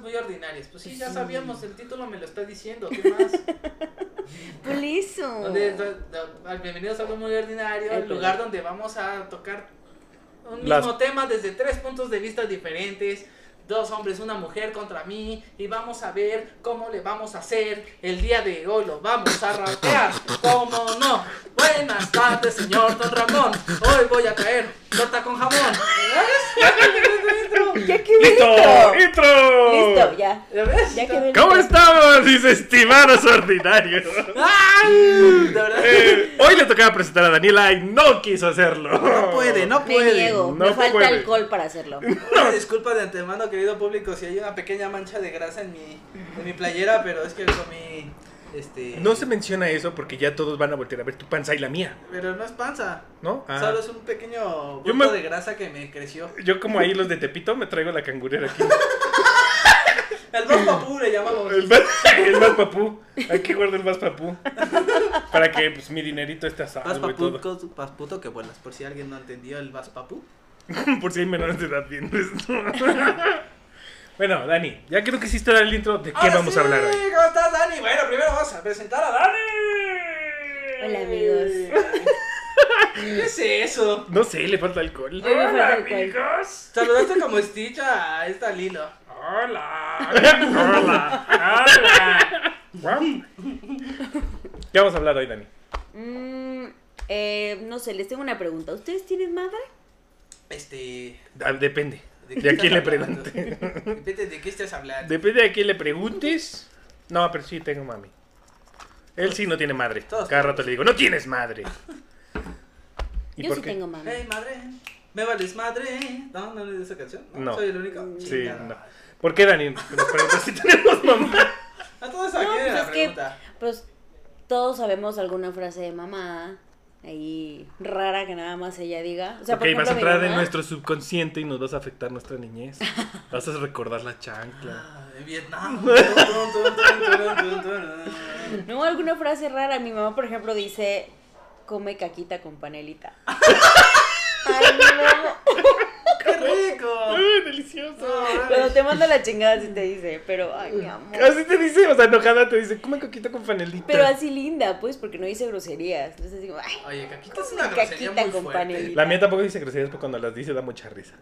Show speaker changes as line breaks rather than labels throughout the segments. muy ordinarias. Pues sí, ya sabíamos, el título me lo está diciendo, ¿qué más?
Por eso.
Donde- do- do- al bienvenidos a algo muy ordinario, el lugar donde vamos a tocar un
Las-
mismo tema desde tres puntos de vista diferentes. Dos hombres, una mujer contra mí y vamos a ver cómo le vamos a hacer. El día de hoy lo vamos a rapear. ¿Cómo no? Buenas tardes, señor Don Ramón. Hoy voy a traer torta con jamón.
Ya que
¡Listo!
bonito.
¡Intro!
Listo, ya.
¿Ya ves?
Ya que bonito.
¿Cómo estamos, mis estimados ordinarios?
¡Ay! De verdad.
Eh, hoy le tocaba presentar a Daniela y no quiso hacerlo.
No puede, no
Me
puede.
niego.
no
me falta
puede.
alcohol para hacerlo.
Una disculpa de antemano, querido público, si hay una pequeña mancha de grasa en mi, en mi playera, pero es que comí, este...
No se menciona eso porque ya todos van a voltear a ver tu panza y la mía,
Pero no es panza,
¿no? Ah.
solo es un pequeño
Yo
bulto
me-
de grasa que me creció.
Yo como ahí los de Tepito me traigo la cangurera aquí.
El Bob Papu le llamamos.
El más, el más papú. Aquí guardo el más papú. Para que pues mi dinerito esté a
Vas
salvo y
papu,
todo.
cos- vas puto que vuelas, por si alguien no entendió el vas papu.
Por si hay menores de edad viendo esto. Bueno, Dani, ya creo que hiciste el intro de qué
Ahora
vamos
sí,
a hablar hoy.
¿Cómo estás, Dani? Bueno, primero vamos a presentar a Dani.
Hola, amigos.
¿Qué es eso?
No sé, le falta alcohol.
Hoy me falta alcohol.
amigos.
Saludaste como Stitch a esta Lilo.
Hola. Hola. Hola. Guau. ¿Qué vamos a hablar hoy, Dani?
Mm, eh, no sé, les tengo una pregunta. ¿Ustedes tienen madre?
Este...
Ah, Depende.
qué
De a quién le
estás hablando?
pregunte.
Depende de qué estás hablando.
Depende de quién le preguntes. No, pero sí tengo mami. Él sí no tiene madre.
Todos
Cada rato le digo, no tienes madre. ¿Y
Yo
por
sí
qué?
tengo madre.
Hey, madre, me vales madre. No, no le esa canción. No.
No.
Soy el único.
Sí,
Chingada.
no. ¿Por qué, Dani? Nos preguntas si tenemos mamá.
A todos aquí
No, pues
la
es que-
pregunta.
Pues todos sabemos alguna frase de mamá ahí rara que nada más ella diga. O sea,
ok,
por ejemplo,
vas a
mi
entrar en
mamá-
nuestro subconsciente y nos vas a afectar nuestra niñez. Vas a recordar la chancla.
Ah, de Vietnam. Tun, tun, tun, tun, tun, tun.
No, alguna frase rara. Mi mamá, por ejemplo, dice, come caquita con panelita. Ay, no.
¡Qué rico!
¡Ay, delicioso!
No,
Cuando
mames.
te manda la chingada sí te dice, pero ay, mi amor.
Así te dice, o sea, enojada te dice, come coquita con panelita.
Pero así linda, pues, porque no dice groserías. Entonces digo, ay,
Oye, caquita es una
Caquita
grosería muy
con
fuerte.
panelita.
La mía tampoco dice groserías, pero cuando las dice da mucha risa.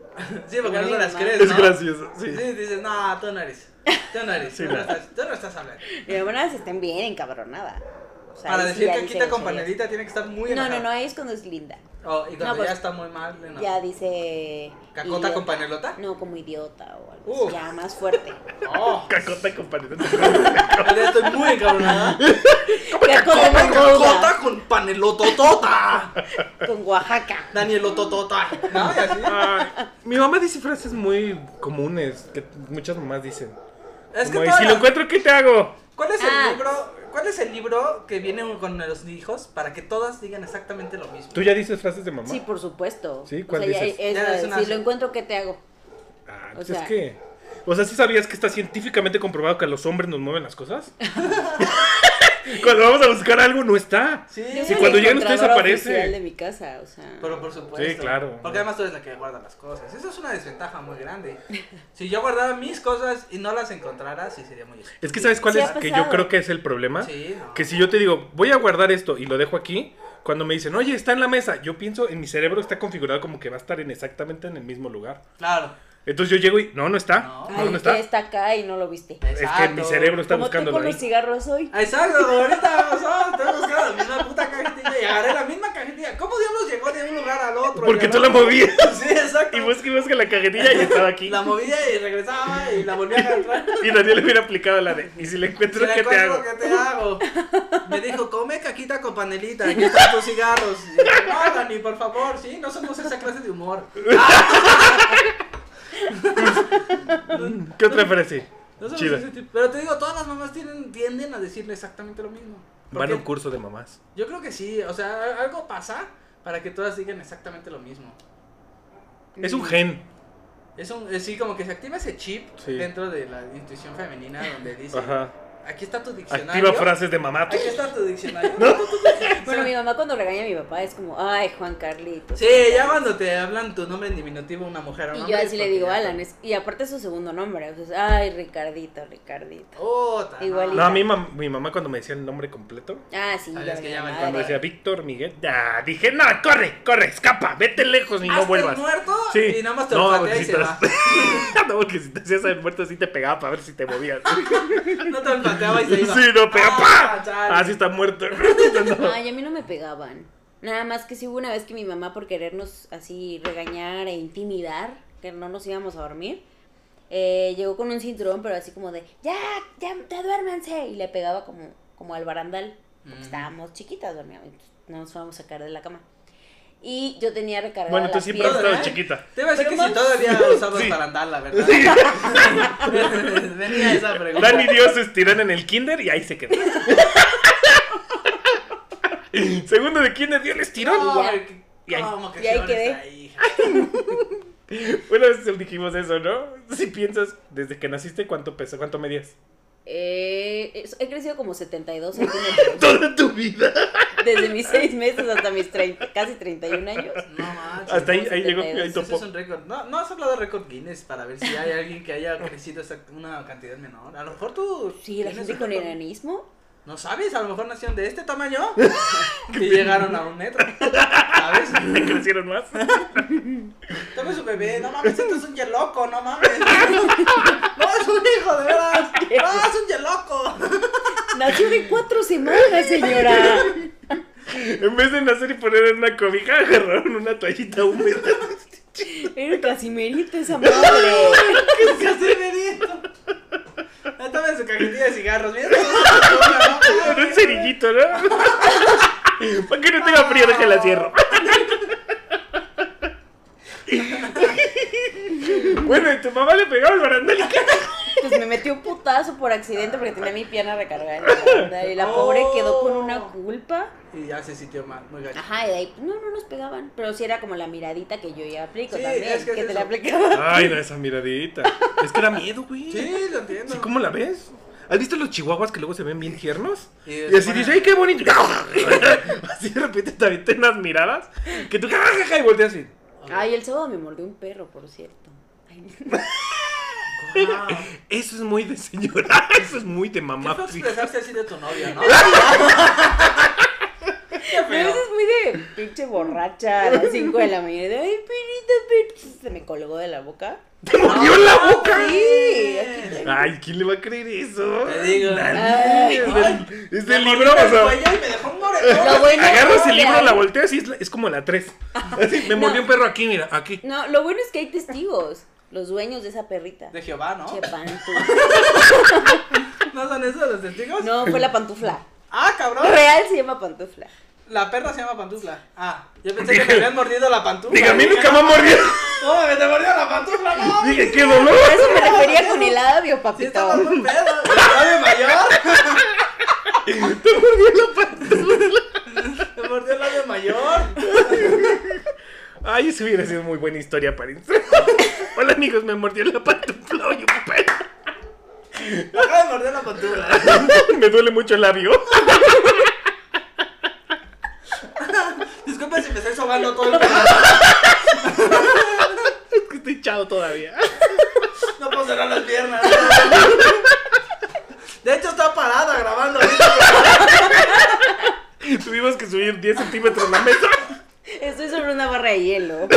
Sí, porque
Pero
no
mi
las
mamá.
crees,
Es
¿no?
gracioso, sí.
Sí, dices, no, tú no eres. Tú no eres.
Sí,
tú, no
no.
estás, tú no estás hablando.
mi hermana se estén bien encabronada. O sea,
Para
ahí sí
decir
ya dice
caquita con
groserías.
panelita tiene que estar muy
No,
enojada.
no, no, ahí es cuando es linda.
Oh, y cuando
No, pues-
ya está muy mal, no.
Ya dice.
¿Cacota con
idiota.
panelota?
No, como idiota o algo
Uf.
así. Ya más fuerte.
Oh,
Cacota con panelita.
ya estoy muy encabronada.
Cacota
Come
con gouda,
cacota con panelototota.
Con Oaxaca.
Danielototota. ¿No? Y así.
Ay, mi mamá dice frases muy comunes que muchas mamás dicen.
Es que
Como, "Y
todas
si lo
las-
encuentro, ¿qué te hago?
¿Cuál es el
Ah.
libro? ¿Cuál es el libro que viene con los hijos para que todas digan exactamente lo mismo?
¿Tú ya dices frases de mamá?
Sí, pues, por supuesto.
Sí, ¿cuál
o sea, ya
dices?
es-
Ya, es una-
si lo encuentro, ¿qué te hago?
Ah,
O
pues
sea-
es que. O sea, ¿sí sabías que está científicamente comprobado que a los hombres nos mueven las cosas? cuando vamos a buscar algo, no está.
Sí.
Yo
Sí,
soy
cuando
el
llegan ustedes
encontrador
aparece.
oficial de mi casa, o sea.
Pero por supuesto.
Sí, claro.
Porque además tú eres la que guarda las cosas. Esa es una desventaja muy grande. Si yo guardara mis cosas y no las encontrara, sí sería muy difícil.
Es que, ¿sabes cuál
Sí,
es?
ha
Que yo
pasado.
creo que es el problema.
Sí, no.
Que si yo te digo, voy a guardar esto y lo dejo aquí, cuando me dicen, oye, está en la mesa, yo pienso, en mi cerebro está configurado como que va a estar en exactamente en el mismo lugar.
Claro.
Entonces yo llego y, no, no está.
No.
No,
Ay,
no,
que
está.
está? acá y no lo viste.
Es que mi cerebro está
como tú
buscándolo
con
ahí.
los cigarros hoy.
Exacto, ahorita pasó, estoy buscando la misma puta cajetilla y agarré la misma cajetilla. ¿Cómo diablos llegó de un lugar al otro?
Porque
Y
tú
al
la
otro?
movías.
Sí, exacto.
Y busca y busca la cajetilla y estaba aquí.
La movía y regresaba y la volvía a agarrar.
Y Daniel le hubiera aplicado la de, y si le encuentro,
Si la
¿qué te
encuentro,
hago?
¿qué te hago? Me dijo, come caquita con panelita, aquí están tus cigarros. Y yo, no, Dani, por favor, sí, no somos esa clase de humor.
¿Qué otra frase?
No somos
Chida.
ese tipo- Pero te digo, todas las mamás tienen, tienden a decirle exactamente lo mismo.
Van
Porque
a un curso de mamás.
Yo creo que sí, o sea, algo pasa para que todas digan exactamente lo mismo. Mm.
Es un gen.
Es un, es, sí, como que se activa ese chip
Sí.
dentro de la intuición femenina donde dice,
Ajá.
Aquí está tu diccionario.
Activa frases de mamá.
Aquí está tu diccionario.
Bueno, mi mamá cuando regaña a mi papá es como, ay, Juan Carlitos.
Sí, ya cuando te hablan tu nombre en diminutivo una mujer o un
Y
hombre,
yo
es
así le
porque
digo,
ya-
Alan, es- y aparte es su segundo nombre, o sea, es, ay, Ricardito, Ricardito.
Ota, no.
Igualito.
No, a mí mam- mi mamá cuando me decía el nombre completo,
Ah, sí,
Sabías
ya
que
me
llaman
madre.
cuando decía Víctor Miguel, ya, dije, no, corre, corre, escapa, vete lejos y
Hazte
no
el
vuelvas.
muerto
Sí.
y nada más te
No,
olfatea
porque
y
si
se
te
va.
las- no, porque si te hacías el muerto así te pegaba para ver si te movías.
No te olfateaba y se iba.
sí, no, pegaba.
Ah,
¡pa!
chale.
Así está muerto.
Ay, a mí no me pegaban. Nada más que sí hubo una vez que mi mamá, por querernos así regañar e intimidar, que no nos íbamos a dormir, eh, llegó con un cinturón, pero así como de, ya, ya, ya duérmense. Y le pegaba como, como al barandal. Porque
Mm.
estábamos chiquitas, dormíamos, no nos íbamos a caer de la cama. Y yo tenía recargada
bueno, tú
la
siempre has estado
pierna.
chiquita.
Te iba a decir
Pero
que
más-
si todavía usabas
Sí.
para andar, la verdad. Venía esa pregunta.
Dani y Dios se estiran en el kinder y ahí se quedó. Segundo de kinder, Dios les tiró.
No,
Y ya.
ay, que-
Y ahí-
¿cómo que
y ahí
llora
quedé.
esa hija?
Una vez dijimos eso, ¿no? Si piensas, desde que naciste, ¿cuánto pesas? ¿Cuánto medías?
Eh, es- he crecido como 72 centímetros
Toda tu vida.
desde mis 6 meses hasta mis 30, casi 31 años.
No manches.
Hasta ahí, ahí llegó, ahí
Ese
topó.
es un récord. No, no has hablado de récord Guinness para ver si hay alguien que haya crecido esa- una cantidad menor. A lo mejor tú.
Sí, la
tienes
gente
un
con
récord.
enanismo.
No sabes, a lo mejor nacieron de este tamaño y llegaron a un metro. ¿Sabes?
¿Te crecieron más?
Tome su bebé, no mames, esto es un yeloco, no mames. No, es un hijo, de veras. No, es un yeloco.
Nació de cuatro semanas, señora.
En vez de nacer y poner en una cobija, agarraron una toallita húmeda.
Era un casimerito esa madre.
¿Qué hace Benito? Ya tome su cajetilla de cigarros. Mira, todo se come, no mames.
Con un cerillito, ¿no? Para que no tenga frío, déjala cierro. bueno, y tu mamá le pegaba el barandal y qué?
Pues me metió un putazo por accidente porque tenía mi pierna recargada en la banda. Y la pobre quedó con una culpa.
Y ya se sintió mal, muy gacho.
Ajá, y de ahí, no, no nos pegaban. Pero sí era como la miradita que yo ya aplico
Sí,
también.
es que
que
es eso.
te la aplicaba.
Ay, no, esa miradita. Es que da miedo, güey.
Sí, lo entiendo.
Sí, ¿Cómo la ves? ¿Has visto los chihuahuas que luego se ven bien tiernos?
Y
Y,
se
así
ponen-
dice, ¡ay, qué bonito! así de repente te avientan unas miradas que tú jajaja y volteas así.
Ay, el sábado me mordió un perro, por cierto. Ay,
Guau.
Eso es muy de señora, eso es muy de
¿Qué
mamá.
fue
fija.
expresarse así de tu novia, no? Qué feo.
Pero eso es muy de pinche borracha a las 5 de la mañana. de, Ay, perrito, perrito. Se me colgó de la boca.
¡Te mordió la boca!
Ah, Sí, aquí
Ay, ¿quién le va a creer eso?
Te digo.
Nadie.
Ay.
es del, es del libro, o
Me
sea,
mordí el cuello y me dejó un moretón.
Lo bueno
agarras
es
el
que
libro,
hay-
la volteas y es, la- es como la 3. Así, me mordió un perro aquí, mira, aquí.
No, lo bueno es que hay testigos. Los dueños de esa perrita.
De Jehová, ¿no?
Che pantu.
¿No son esos los testigos?
No, fue la pantufla.
Ah, cabrón.
Real se llama pantufla.
La perra se llama pantufla. Ah, yo pensé que me habían mordido la pantufla.
Diga, a mí
Dije,
nunca me ha mordido.
No, mames, te mordió la pantufla, no.
Dije, qué
Por
dolor.
eso me refería con el labio,
Sí, estaba
papito.
muy pedo. ¿El mayor?
Te mordió la pata.
Me mordió el labio mayor.
Ay, eso hubiera sido muy buena historia para Instagram. Hola amigos, me mordió la pantufla y un perro.
Me acaba de morder la pantufla.
Me duele mucho el labio.
Disculpen si me estoy sobando todo el pelo.
Es que estoy chado todavía.
No puedo cerrar las piernas. De hecho, está parada grabando ahorita.
Tuvimos que subir 10 centímetros la mesa.
Estoy sobre una barra de hielo.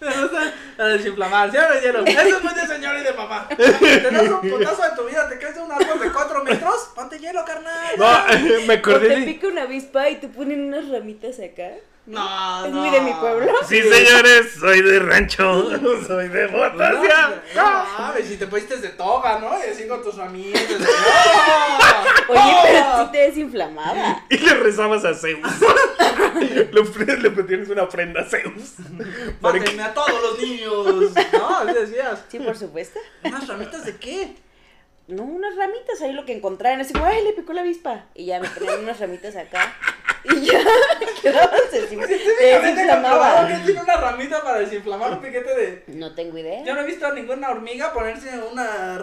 Me gusta la desinflamar. Cierra el hielo. Eso es muy de señor y de mamá. Te das un putazo de tu vida, te crees de un árbol de 4 metros. Ponte hielo, carnal.
No, me
O
acordé
te
de...
pica una avispa y te ponen unas ramitas acá.
No,
Es
Ah, no.
muy de mi pueblo.
Sí, señores, soy de rancho, soy de Botasia.
No, y si te pusiste de toga, ¿no? Y así con tus ramitas. ¡No!
Oye, pero tú te desinflamaba.
Y le rezabas a Zeus. le, ofre- le tienes una ofrenda a Zeus. Para que-
Mátenme a todos los niños. No, así decías.
Sí, por supuesto.
¿Unas ramitas de qué?
No, unas ramitas ahí lo que encontraron. Así como, ay, le picó la avispa. Y ya me ponían unas ramitas acá. Y ya quedábamos así. Se
Específicamente comprobado
desinflamaba.
que tiene una ramita para desinflamar un piquete de.
No tengo idea.
Yo no he visto a ninguna hormiga ponerse una rama. en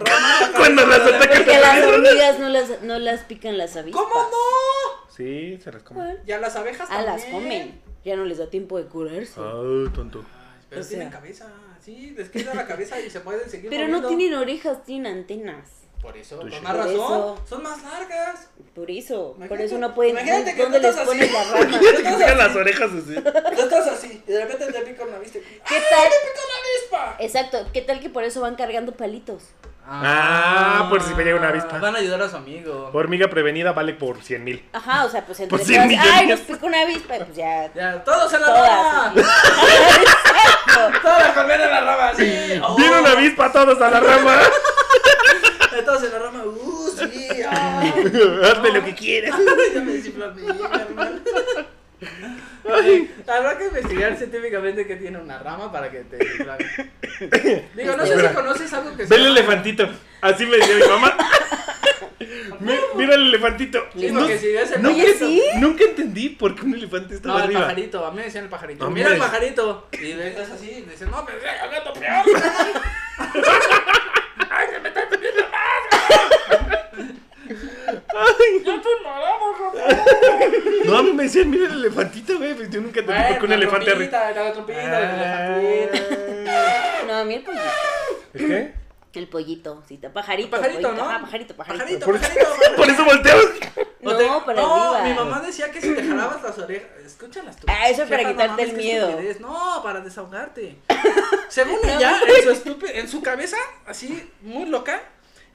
la
Cuando
cabeza
las
para
ataca-
Porque las
¿Eso?
hormigas no las, no las pican las
ver-
avispas.
¿Cómo no?
Sí, se las come.
Bueno,
Y a las abejas
ah,
también.
las comen. Ya no les da tiempo de curarse.
Ah, tonto.
Pero
O
tienen
sea.
cabeza. Sí, les queda la cabeza y se pueden seguir.
Pero no
moviendo.
tienen orejas, tienen antenas.
Por eso,
Touché.
con más
Por
razón.
eso.
Son más largas.
Por eso. Por
Imagínate-
eso no pueden.
imagínate que
¿Dónde
tú
les
estás
ponen
así.
las ramas?
Te pican las orejas así.
Tú estás así y de repente te pica una vista. y-
¿Qué tal?
¡Pica una avispa!
Exacto. ¿Qué tal que por eso van cargando palitos?
Ah, por si me llega una avispa.
Van a ayudar a su amigo.
Hormiga prevenida vale por 100 mil.
Ajá, o sea, pues entre
Por cien
todas,
millones.
ay, nos picó una avispa, y pues ya,
Ya, todos en la
todas.
rama.
Exacto.
Todos la colmena en la rama, sí. Oh.
¡Viene una avispa todos a la rama!
Todos en la rama, uh, sí. ah.
Hazme lo que quieras.
ya me desinfló mi carnal. Eh,
Ay.
Habrá que investigar científicamente que tiene una rama para que te desinflame. Digo, no sé si
Espera.
conoces algo que
Ve el
llama-
elefantito. Así me decía mi mamá. Mi- mira el elefantito.
Sí,
No-
porque si ves el
nunca,
Oye, sí.
nunca entendí por qué un elefante estaba
No, el
arriba.
pajarito, a mí me decían el pajarito.
No,
Mira el
hombre.
pajarito. Y ves estás así y dicen, no, pues, pero estoy hablando peor. Ay, se me está entendiendo más. Yo te morado, joder.
No, a mí me decían, mira el elefantito, güey. pues Yo nunca entendí por qué un
Bueno, la
elefante arriba.
trompita, La trompita,
Ah.
la trompita.
No, a mí el pollito.
¿Es qué?
El pollito, sí, ta- pajarito.
El pajarito,
pollito.
¿no?
Ajá, Ah, pajarito, pajarito.
Pajarito.
Por,
Pajarito.
por eso volteamos.
O te-
No, para
no,
arriba.
mi mamá decía que si te jalabas las orejas, escúchalas tú.
Ah, eso es para
Jefa, no
quitarte el
mames, qué
miedo.
estupidez. No, para desahogarte. Según
No,
ella,
hombre.
en su, estupi- en su cabeza, así, muy loca,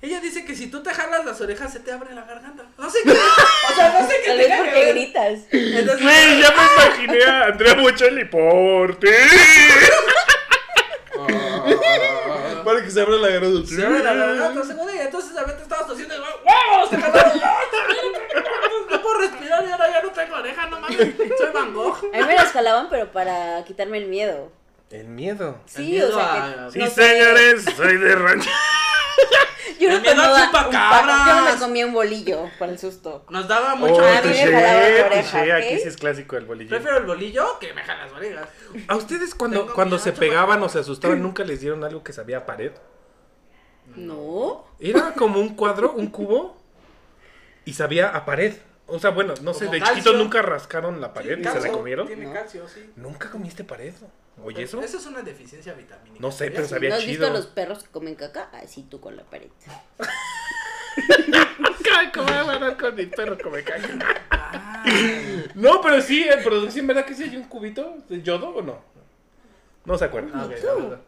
ella dice que si tú te jalas las orejas se te abre la garganta. No sé qué. O sea, no sé qué
Tal vez
tenga que
porque
ver.
gritas.
Güey,
Entonces,
ya me imaginé a Andrea Bocelli por ti. Para que se abra la garganta.
Ah. se abre la garganta, según ella. Entonces, de repente estabas tosiendo y ¡Wow! Se jalaron. No puedo respirar y ahora ya no tengo oreja, no mames. Soy Van Gogh.
A mí me las jalaban, pero para quitarme el miedo.
El miedo.
El
Sí,
miedo
o sea
a-
que.
Sí,
no sé,
señores, soy de rancho.
Yo no
El miedo al
tomaba un
chupacabras.
pa- Yo no me comía un bolillo para el susto.
Nos daba
Oh,
mucho
a mí me
touché,
jalaba la oreja,
touché,
¿ok?
Aquí sí es clásico el bolillo.
Prefiero el bolillo que me jala las orejas.
¿A ustedes cuando,
Tengo
cuando
miedo,
se
chaval.
pegaban o se asustaban nunca les dieron algo que sabía a pared?
No.
Era como un cuadro, un cubo, y sabía a pared. O sea, bueno, no sé,
Como
de
calcio.
chiquitos nunca rascaron la pared
Sí,
y se
calcio,
la comieron.
Tiene calcio, sí.
¿Nunca comiste pared? Oye,
Pero
eso.
Eso es una deficiencia vitamínica.
No sé,
¿sabías?
pero sabía
¿No has visto
chido.
a los perros que comen caca? Así tú con la pared.
Ay, ¿cómo voy a hablar con mi perro come caca?
Ah,
No, pero sí, en producción, ¿verdad que sí hay un cubito de yodo o no? No se acuerdan.
ok, la verdad.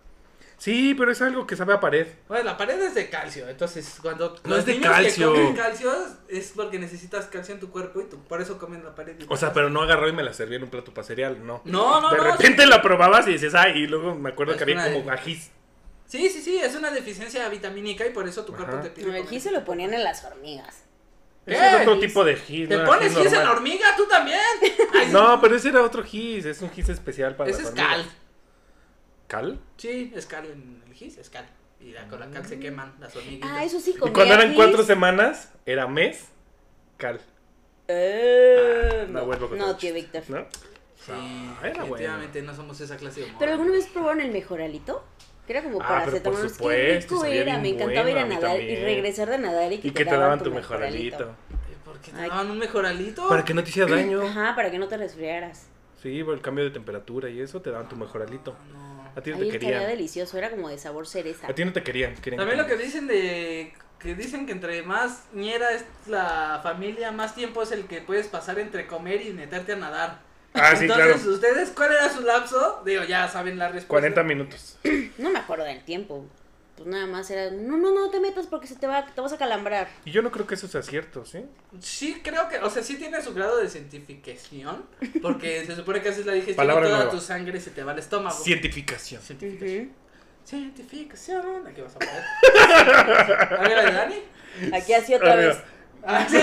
Sí, pero es algo que sabe a pared.
Bueno, la pared es de calcio, entonces cuando
No
los
es de
niños
calcio.
que comen calcio es porque necesitas calcio en tu cuerpo y tú por eso comen la pared.
O sea, pero no agarró y me la servía en un plato para cereal, no.
No, no,
de
no.
repente la probabas y dices, ay, y luego me acuerdo
Es
que había
una-
como ajís.
Sí, sí, sí, es una deficiencia vitamínica y por eso tu cuerpo
Ajá.
te pide.
Aquí
comer.
se lo ponían a las hormigas.
¿Qué?
Ese es otro tipo de gis.
Te
no era
pones
gis
gis en la
normal.
hormiga, tú también. Ay,
No, pero ese era otro gis, es un gis especial para
Ese
las
es
hormigas.
cal.
¿Cal?
Sí, es cal en el gis, es cal. Y la- con la cal se queman las hormigas.
Ah, eso sí,
Y
comía
cuando eran
gis.
cuatro semanas, era mes, cal. Ah,
Eh,
No vuelvo con
no,
esos
tío
chistes,
Víctor.
¿no?
Sí,
Ah, era bueno.
definitivamente no somos esa clase de humor.
¿Pero alguna vez probaron el mejoralito? Que era como
Ah,
para
pero
hacer
por supuesto, y sabía
era, me
bien
encantaba
bueno,
ir a
a mí
nadar y
también.
regresar de nadar y que,
Y que te daban tu mejor alito.
¿Por qué te
Ay.
daban un mejoralito?
Para que no te hiciera daño.
Ajá, para que no te resfriaras.
Sí, por el cambio de temperatura y eso, te daban tu mejor alito.
No.
A ti no
Ahí
te
estaría
querían.
delicioso, era como de sabor cereza.
A ti no te querían. querían
También lo que
te-
dicen de que dicen que entre más ñera es la familia, más tiempo es el que puedes pasar entre comer y meterte a nadar.
Ah, sí,
Entonces,
claro.
¿ustedes cuál era su lapso? Digo, ya saben la respuesta.
40 minutos.
No me acuerdo del tiempo. Pues nada más era, no, no, no te metas porque se te va, te vas a calambrar.
Y yo no creo que eso sea cierto, ¿sí?
Sí, creo que, o sea, sí tiene su grado de cientificación, porque se supone que haces la digestión
Palabra
y toda
nueva.
tu sangre se te va al estómago.
Cientificación.
Cientificación. Cientificación. Aquí vas a poner. A ver, la de Dani.
Ujú. Aquí así otra
Arriba.
vez.
Ah, sí.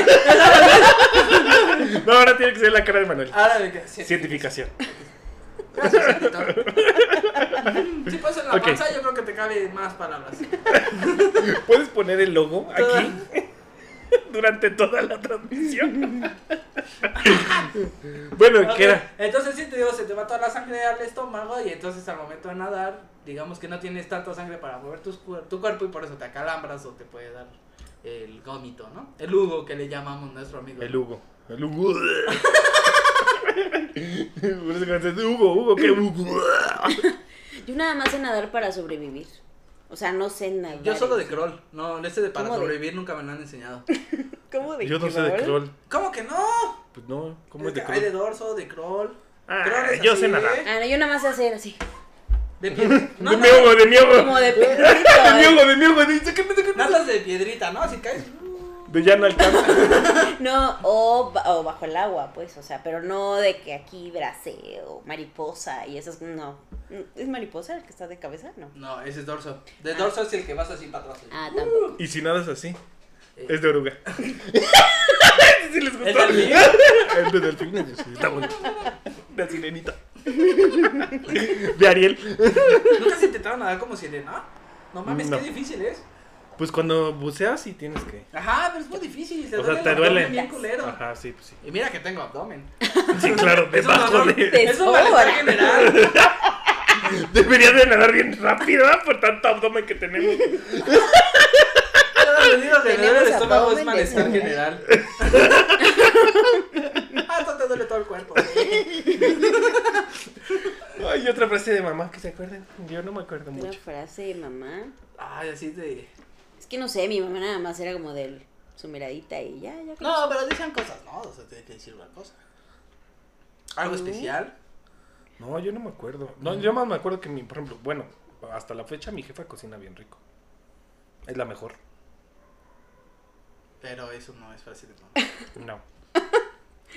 No, ahora tiene que ser la cara de Manuel.
Ahora me quedo.
Cientificación.
Gracias, editor. Si pasa pues, en la
Ok.
panza, yo creo que te cabe más palabras.
¿Puedes poner el logo
Toda-
aquí? Durante toda la transmisión. Bueno,
Ok,
¿qué era?
Entonces, sí, te digo, se te va toda la sangre al estómago y entonces al momento de nadar, digamos que no tienes tanta sangre para mover tus cuer- tu cuerpo y por eso te acalambras o te puede dar el gómito, ¿no? El hugo que le llamamos nuestro amigo.
El Hugo. El Hugo. Por eso cuando dices, Hugo, Hugo, ¿qué Hugo?
Yo nada más sé nadar para sobrevivir. O sea, no sé nadar.
Yo solo de crawl, no, ese de para
¿Cómo de?
sobrevivir nunca me lo han enseñado.
¿Cómo de
Yo no sé de
crawl?
crawl.
¿Cómo que no?
Pues no, ¿cómo es
que
de
Hay de
crawl?
dorso, de crawl.
Ah,
Crawl es
yo
así,
sé nadar.
¿eh?
Ah, no, yo nada más sé hacer así.
De pie. No,
de
no,
mi Hugo, de mi
Como
Hugo.
de perrito.
De mi
¿eh?
Hugo, de mi Hugo. de- sácame, sácame.
nadas de piedrita, ¿no? Si caes.
De ya no alcanza.
No, o, ba- o bajo el agua, pues, o sea, pero no de que aquí braseo, mariposa y esas, no. ¿Es mariposa el que está de cabeza? No.
No, ese es dorso. De
Ah.
dorso es el que vas así para atrás.
Ah, tampoco.
Y si nadas así,
Eh.
es de oruga. Si les
El
gustó.
delfín.
El de delfín. sí, Está bonito. De sirenita. De Ariel.
¿Nunca se intentaron nadar como sirena? No mames,
No.
qué difícil es.
Pues cuando buceas sí tienes que.
Ajá, pero es muy difícil. Se
O sea,
el
te
abdomen
duele.
Bien culero.
Ajá, sí, pues sí.
Y mira que tengo abdomen.
Sí, claro,
Es un
debajo
dolor.
de.
Es un malestar
Ahora.
general.
Debería de nadar bien rápido ¿verdad? por tanto abdomen que tenemos.
Todos los días de
Tenemos
dolor el estómago es
abdomen
malestar
de
general. Ah, esto te duele todo el cuerpo.
Ay, otra frase de mamá que se acuerden. Yo no me acuerdo
Una
mucho.
frase de mamá.
Ay, así de.
Es que no sé, mi mamá nada más era como de su miradita y ya, ya. con
No, pero dicen cosas, ¿no? O sea, tiene que decir una cosa. Algo especial.
No, yo no me acuerdo. No, yo más me acuerdo que mi, por ejemplo, bueno, hasta la fecha mi jefa cocina bien rico. Es la mejor.
Pero eso no es fácil de mamá.
No.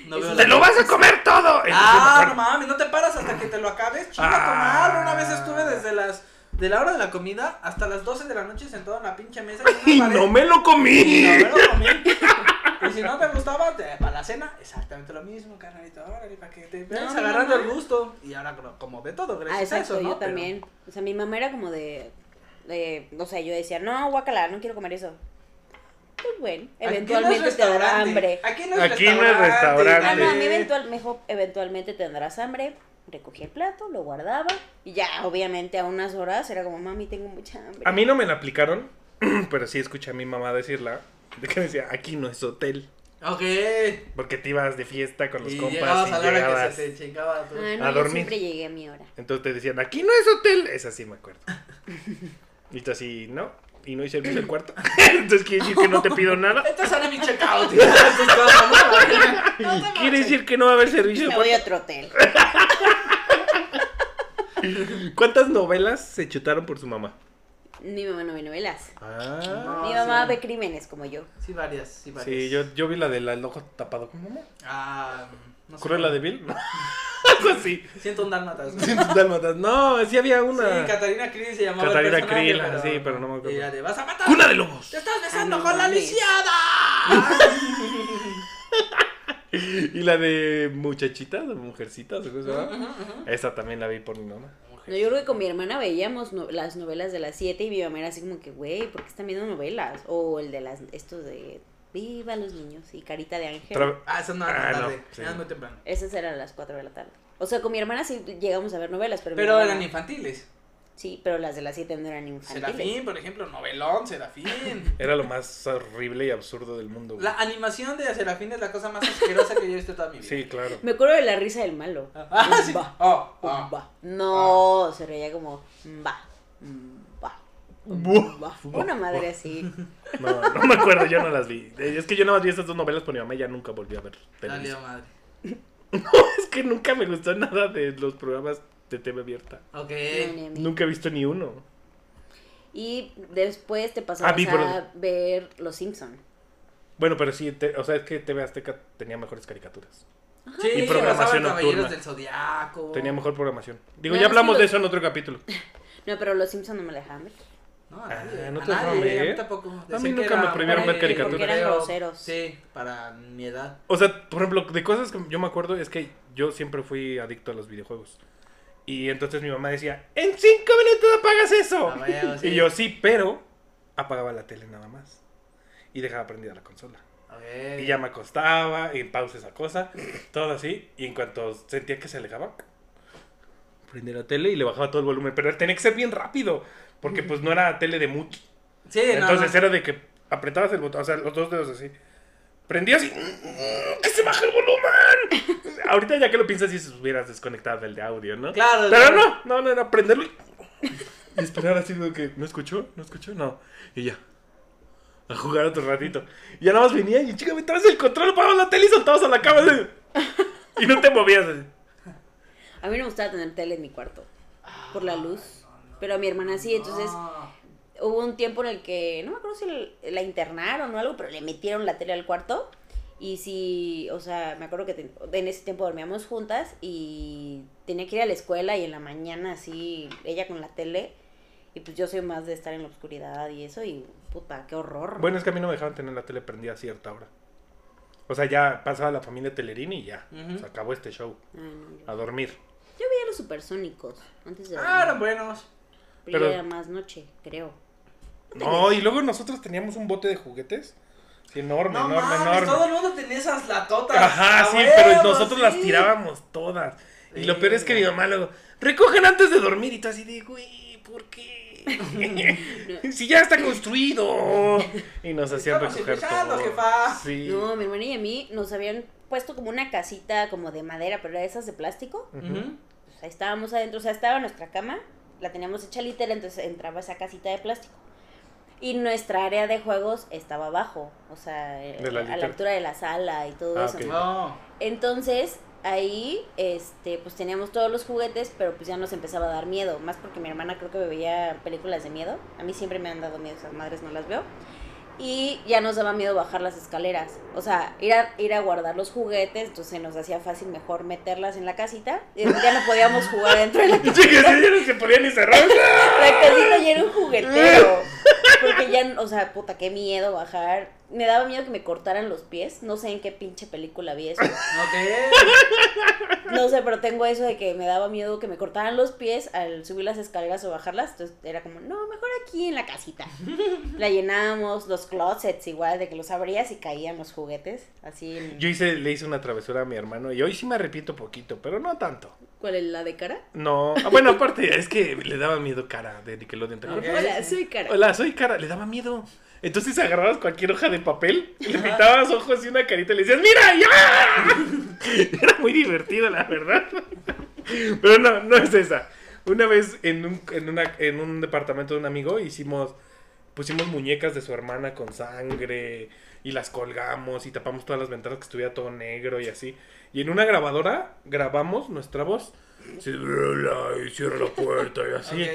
No
Eso
veo
es
la-
¡Te lo vas a comer todo! Eso
Ah,
es lo
no
mejor.
mames, no te paras hasta que te lo acabes. Chinga
Ah.
tu madre. Una vez estuve desde las. De la hora de la comida hasta las 12 de la noche sentado en la pinche mesa. con
¡Y
una pared.
no me lo
Y no
comí!
me lo comí. Y si no te gustaba, te- para la cena, exactamente lo mismo, carnalito. Órale, para que te vayas
no,
agarrando
no.
el gusto. Y ahora, como- como de todo, gracias
Ah, exacto,
a eso, ¿no?
yo
Pero-
también. O sea, mi mamá era como de, de- O sea, yo decía, no, guacala, no quiero comer eso. Pues bueno,
Aquí no es
eventualmente te dará
restaurante,
hambre.
Aquí no es
Aquí no es
Ah,
restaurante.
no, a mí eventual, mejor, eventualmente tendrás hambre. Recogí el plato, lo guardaba. Y ya, obviamente, a unas horas era como, mami, tengo mucha hambre.
A mí no me la aplicaron, pero sí escuché a mi mamá decirla. De que decía, aquí no es hotel.
Ok.
Porque te ibas de fiesta con los
Y
compas
llegabas
y
a la hora que
llegabas.
se te chingaba tu-
Ay, Ah, no,
a
yo
dormir.
siempre llegué a mi hora.
Entonces te decían, aquí no es hotel. Esa sí me acuerdo. Y tú así, no. Y no hice el del cuarto. Entonces quiere decir que no te pido nada.
Esto sale mi checkout. tío. Estas cosas, ¿no? No te manches.
Quiere decir que no va a haber servicio.
Me voy a otro hotel.
¿Cuántas novelas se chutaron por su mamá?
Mi mamá no ve novelas.
Ah.
mi
Ah,
mamá
sí.
ve crímenes como yo.
Sí, varias, sí, varias.
Sí, yo, yo vi la del al ojo tapado. ¿Cómo mamá?
Ah, no sé.
¿Corre la de Bill? Algo así.
Siento un dálmatas. ¿no?
Sin tus dálmatas. No, sí había una.
Sí, Catarina Krill se llamaba. el
Catarina
personaje,
Krill, sí, pero no me acuerdo.
Y la de, vas a matar.
¡Cuna de lobos!
¡Te estás
Ah,
besando
no
con la
mames.
lisiada!
Y la de muchachitas o mujercitas. o cosa, ¿no? Esa también la vi por mi mamá.
No, yo creo que con mi hermana veíamos no- las novelas de las 7 y mi mamá era así como que, güey, ¿por qué están viendo novelas? O el de las, estos de Viva los niños y Carita de Ángel.
Tra-
Ah, eso no,
Ah,
era
no,
tarde.
sí.
Era muy temprano.
Esas eran las 4 de la tarde. O sea, con mi hermana sí llegamos a ver novelas, pero... mi
Pero
mamá
eran
no.
infantiles.
Sí, pero las de las 7 no eran infantiles.
Serafín, por ejemplo, novelón, Serafín.
Era lo más horrible y absurdo del mundo. güey.
La animación de Serafín es la cosa más asquerosa que yo he visto toda mi vida.
Sí, claro.
Me acuerdo de la risa del malo.
Ah, sí.
Umba,
Oh, oh.
umba. No, se reía como... Va, mm, va. mm,
Buah.
Una madre así.
No, no me acuerdo, yo no las vi. Eh, Es que yo nada más vi esas dos novelas por mi mamá y ya nunca volví a ver.
Dale, oh,
televisión.
madre.
Es que nunca me gustó nada de los programas de TV abierta.
Ok.
No, ni a mí.
Nunca he visto ni uno.
Y después te pasabas
Ah, Big
a
Brother.
ver Los Simpson.
Bueno, pero sí, te- o sea, es que TV Azteca tenía mejores caricaturas.
Sí,
Y programación
y programación
nocturna.
Caballeros del Zodiaco.
Tenía mejor programación. Digo,
No,
ya
es que
hablamos
lo-
de eso en otro capítulo.
No, pero Los Simpson no me la dejaban ver.
No, a nadie.
Ah, no
a
te dejaron
nadie,
ver.
A mí tampoco. Decían
mí
que
nunca me
era
prohibieron
muy
ver caricaturas.
Porque eran
feo.
groseros.
Sí, para mi edad.
O sea, por ejemplo, de cosas que yo me acuerdo es que yo siempre fui adicto a los videojuegos. Y entonces mi mamá decía, en cinco minutos apagas eso.
A huevo, sí.
Y yo sí, pero apagaba la tele nada más. Y dejaba prendida la consola.
ver.
Y ya me acostaba, en pausa esa cosa, todo así. Y en cuanto sentía que se alejaba, prendía la tele y le bajaba todo el volumen. Pero tenía que ser bien rápido, porque pues no era tele de mucho.
Sí, no,
Entonces
no.
era de que apretabas el botón, o sea, los dos dedos así. Prendías y. "Mm, ¡Que se baja el volumen! Ahorita ya que lo piensas, si se hubieras desconectado del de audio, ¿no?
Claro,
Pero
claro.
no, no, no, era prenderlo y. y esperar así como que. ¿No escuchó? ¿No escuchó? No. Y ya. A jugar otro ratito. Y ya nada más venía y chica, me traes el control, apagabas la tele y saltabas a la cama. así. Y no te movías. así.
A mí no me gustaba tener tele en mi cuarto por la luz, pero a mi hermana sí, entonces
Ah,
hubo un tiempo en el que no me acuerdo si el- la internaron o algo, pero le metieron la tele al cuarto y sí, o sea, me acuerdo que ten- en ese tiempo dormíamos juntas y tenía que ir a la escuela y en la mañana así ella con la tele y pues yo soy más de estar en la oscuridad y eso y puta, qué horror.
Bueno, es que a mí no me dejaban tener la tele prendida a cierta hora. O sea, ya pasaba la familia Telerín y ya.
Ujú.
Se acabó este show.
Ay, no, yo,
A dormir.
yo veía los supersónicos antes de dormir,
ah, eran buenos.
pero,
pero-
ya era más noche, creo.
No, y luego nosotros teníamos un bote de juguetes. Sí, enorme,
No
enorme,
mames,
enorme.
todo el mundo tenía esas latotas.
Ajá,
A
sí,
huevo,
pero nosotros las
sí.
tirábamos todas. Y lo
Sí,
peor es que mi
güey.
mamá luego, recogen antes de dormir y tú así de, güey, ¿por qué? si ya está construido. Y nos hacían
Estamos
recoger
empezando,
todo.
jefa.
Sí.
No, mi hermana y a mí nos habían puesto como una casita como de madera, pero era esas de plástico.
Ujú.
Ujú.
Pues ahí estábamos adentro, o sea, estaba nuestra cama, la teníamos hecha literal, entonces entraba esa casita de plástico. Y nuestra área de juegos estaba abajo, o sea, eh,
De la
a la
litera.
altura de la sala y todo
Ah,
eso.
ok.
No.
Entonces, ahí, este, pues teníamos todos los juguetes, pero pues ya nos empezaba a dar miedo. Más porque mi hermana creo que veía películas de miedo. A mí siempre me han dado miedo, esas madres no las veo. Y ya nos daba miedo bajar las escaleras. O sea, ir a, ir a guardar los juguetes, entonces nos hacía fácil mejor meterlas en la casita. Y ya no podíamos jugar dentro de la
Chicas, ya no se podían ni cerrar.
la casita ya era un juguetero. Porque ya, o sea, puta, qué miedo bajar. Me daba miedo que me cortaran los pies. No sé en qué pinche película vi eso.
Ok.
No sé, pero tengo eso de que me daba miedo que me cortaran los pies al subir las escaleras o bajarlas. Entonces era como, no, mejor aquí en la casita. La llenábamos, los closets igual, de que los abrías y caían los juguetes. Así. en-
Yo hice, le hice una travesura a mi hermano y hoy sí me arrepiento poquito, pero no tanto.
¿Cuál es la de cara?
No, ah, bueno, aparte, es que le daba miedo cara de Nickelodeon. ¿te acuerdas?
Ok.
Hola, soy cara.
Hola, soy cara. Le daba miedo. Entonces agarrabas cualquier hoja de papel, le pintabas ojos y una carita y le decías, ¡Mira! ¡Ya! Era muy divertido, la verdad. Pero no, no es esa. Una vez en un, en una- en un departamento de un amigo hicimos. Pusimos muñecas de su hermana con sangre y las colgamos y tapamos todas las ventanas que estuviera todo negro y así. Y en una grabadora grabamos nuestra voz. Sí, y cierra la puerta y así.
Ok.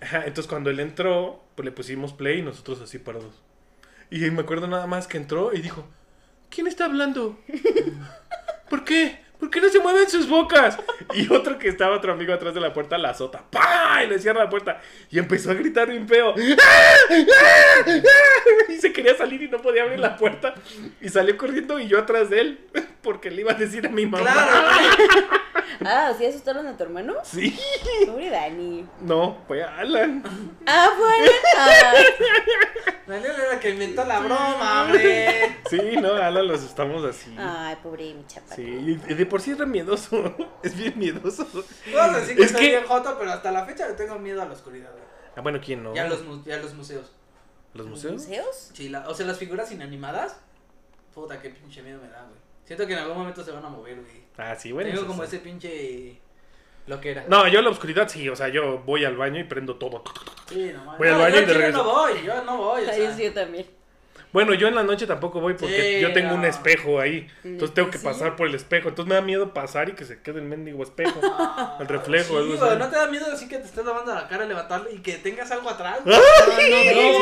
Ajá, entonces cuando él entró, pues le pusimos play y nosotros así parados. Y me acuerdo nada más que entró y dijo, ¿quién está hablando? ¿Por qué? ¿Por qué no se mueven sus bocas? Y otro que estaba otro amigo atrás de la puerta la azota. ¡Pah! Y le cierra la puerta. Y empezó a gritar bien feo. ¡Ah! ¡Ah! ¡Ah! Y se quería salir y no podía abrir la puerta. Y salió corriendo y yo atrás de él. Porque le iba a decir a mi mamá.
Claro.
Ah, ¿sí asustaron a tu hermano?
Sí.
Pobre Dani.
No, fue Alan.
Ah, bueno. Ah.
Daniel era el que inventó la broma, hombre.
Sí, no, Alan los estamos así.
Ay, pobre mi chapa.
Sí, y de por sí es re miedoso. Es bien miedoso.
Vamos a decir que
Es
soy
que-
bien joto, pero hasta la fecha le tengo miedo a la oscuridad. güey.
Ah, bueno, ¿quién no?
Ya los, mu- ya los museos.
¿Los museos?
¿Museos?
Sí, la- o sea, las figuras inanimadas. Puta, qué pinche miedo me da, güey. Siento que en algún momento se van a mover, güey.
Ah, sí, bueno.
tengo
eso
como
sí.
ese pinche. Lo que era.
No, yo en la oscuridad sí, o sea, yo voy al baño y prendo todo.
Sí, no mames.
Voy al
No,
baño
yo
y te
al chile
regreso.
no voy, yo no voy. O sea,
Ay, sí, yo también.
Bueno, yo en la noche tampoco voy porque
Sí,
yo tengo un
no.
espejo ahí. Entonces tengo que
Sí.
pasar por el espejo. Entonces me da miedo pasar y que se quede el mendigo espejo.
Ah,
El reflejo,
sí,
algo así.
güey, ¿No te da miedo así que te estés lavando la cara, levantarle y que tengas algo atrás? No,
No, no ves,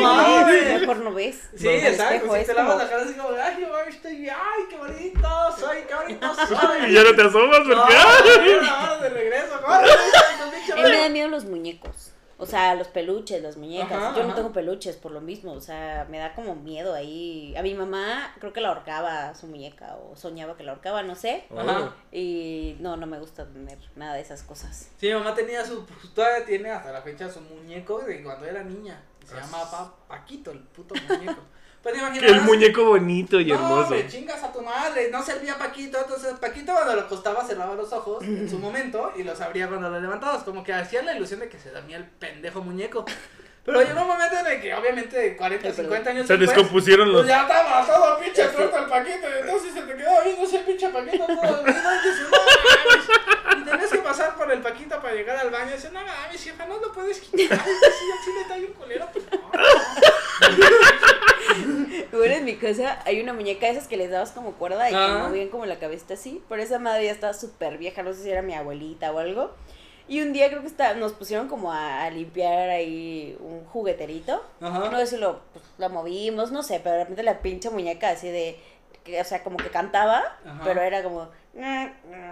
mames.
mejor no ves.
Sí,
El
exacto.
espejo este,
Si
es
te lavas
como-
la cara así como, ay, yo estoy bien, ay, qué bonito soy, qué bonito soy.
y ya no te asomas porque.
No,
¡ah!
ahora, ahora de regreso, ahora, ahora, pinche
A mí me
madre.
dan miedo los muñecos. O sea, los peluches, las muñecas.
Ajá,
Yo no
ajá.
tengo peluches por lo mismo. O sea, me da como miedo ahí. A mi mamá creo que la ahorcaba su muñeca o soñaba que la ahorcaba, no sé.
Oh,
Ajá.
Y no, no me gusta tener nada de esas cosas.
Sí, mi mamá tenía su, pues, todavía tiene hasta la fecha su muñeco de cuando era niña. Se llama Pa- Paquito, el puto muñeco. Pues imagínate.
Ah, El muñeco bonito y
No,
hermoso.
hombre, chingas a tu madre, no servía Paquito, entonces Paquito cuando lo acostaba cerraba los ojos en su momento y los abría cuando lo levantabas, como que hacía la ilusión de que se dormía el pendejo muñeco. Pero llegó un momento en el que obviamente 40, 50 años
Se
después,
descompusieron los.
pues ya estaba todo pinche torta el Paquito, y entonces se te quedaba viendo ese pinche Paquito todo, no manches, no mames. Y tenías que pasar por el Paquito para llegar al baño y decir, no mames, jefa, no lo puedes quitar, si así le está bien culero, pues no.
Bueno, en mi casa hay una muñeca de esas que les dabas como cuerda y
Ah.
que movían como la cabecita así. Pero esa madre ya estaba súper vieja, no sé si era mi abuelita o algo. Y un día creo que está- nos pusieron como a, a limpiar ahí un jugueterito.
Ajá.
No sé si lo, pues, lo movimos, no sé, pero de repente la pinche muñeca así de... que, o sea, como que cantaba,
Ajá.
pero era como...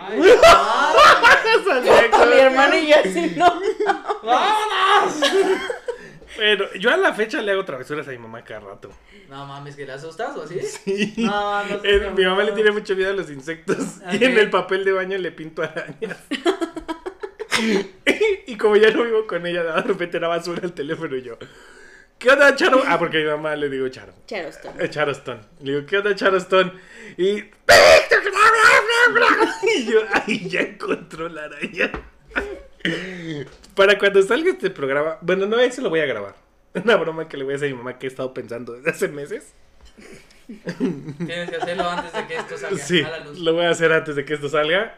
Ay, no.
Con mi hermano y yo así, no.
¡Vámonos!
Pero yo a la fecha le hago travesuras a mi mamá cada rato.
No mames, que le asustas o así.
Sí.
No, no sé,
Eh,
no,
mi mamá
no.
le tiene mucho miedo a los insectos
Ok.
y en el papel de baño le pinto arañas. y como ya no vivo con ella, de repente la basura al teléfono y yo. ¿Qué onda, Charo? Ah, porque a mi mamá le digo Charo.
Charoston.
Eh, Charoston. Le digo, ¿qué onda, Charoston? Y. Y yo, ay, ya encontró la araña. Para cuando salga este programa. Bueno, no, eso lo voy a grabar. Una broma que le voy a hacer a mi mamá que he estado pensando desde hace meses.
Tienes que hacerlo antes de que esto salga
Sí,
a la luz.
lo voy a hacer antes de que esto salga.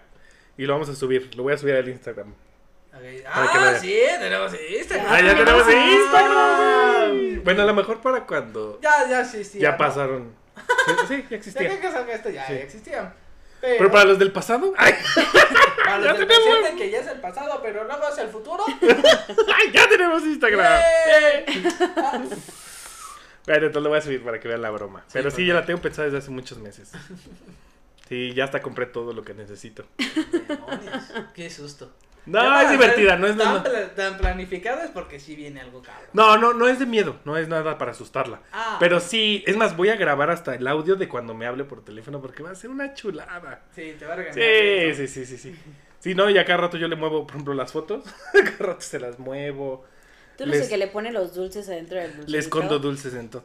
Y lo vamos a subir. Lo voy a subir al Instagram.
Ok.
que lo
Ah,
vean.
sí, tenemos Instagram.
Ah, ya tenemos
Ah.
Instagram. Bueno, a lo mejor para cuando.
Ya, ya existía.
Ya
¿no?
pasaron. Sí, sí, ya
Ya que-
existía.
que salga esto ya
Sí.
existía.
Pero para los del pasado. ¡Ay!
para los
ya
del
tenemos.
presente, que ya es el pasado, pero luego es el futuro.
¡Ay, ya tenemos Instagram!
¡Eh!
Bueno, entonces lo voy a subir para que vean la broma. Pero sí,
por
ya la tengo pensada desde hace muchos meses. Sí, ya hasta compré todo lo que necesito.
Demonios, Qué susto. Ya
No,
para
es divertida,
ser
no es
tan,
nada.
pla- tan planificado es porque sí viene algo cabrón.
No, no, no es de miedo, no es nada para asustarla.
Ah.
Pero sí, es más, voy a grabar hasta el audio de cuando me hable por teléfono porque va a ser una chulada.
Sí, te va a regañar.
Sí, sí, sí, sí, sí. Sí, no, y acá rato yo le muevo, por ejemplo, las fotos. Acá rato se las muevo.
Tú no
Les-
sé que le pone los dulces adentro del dulce.
Le escondo dulces en todo.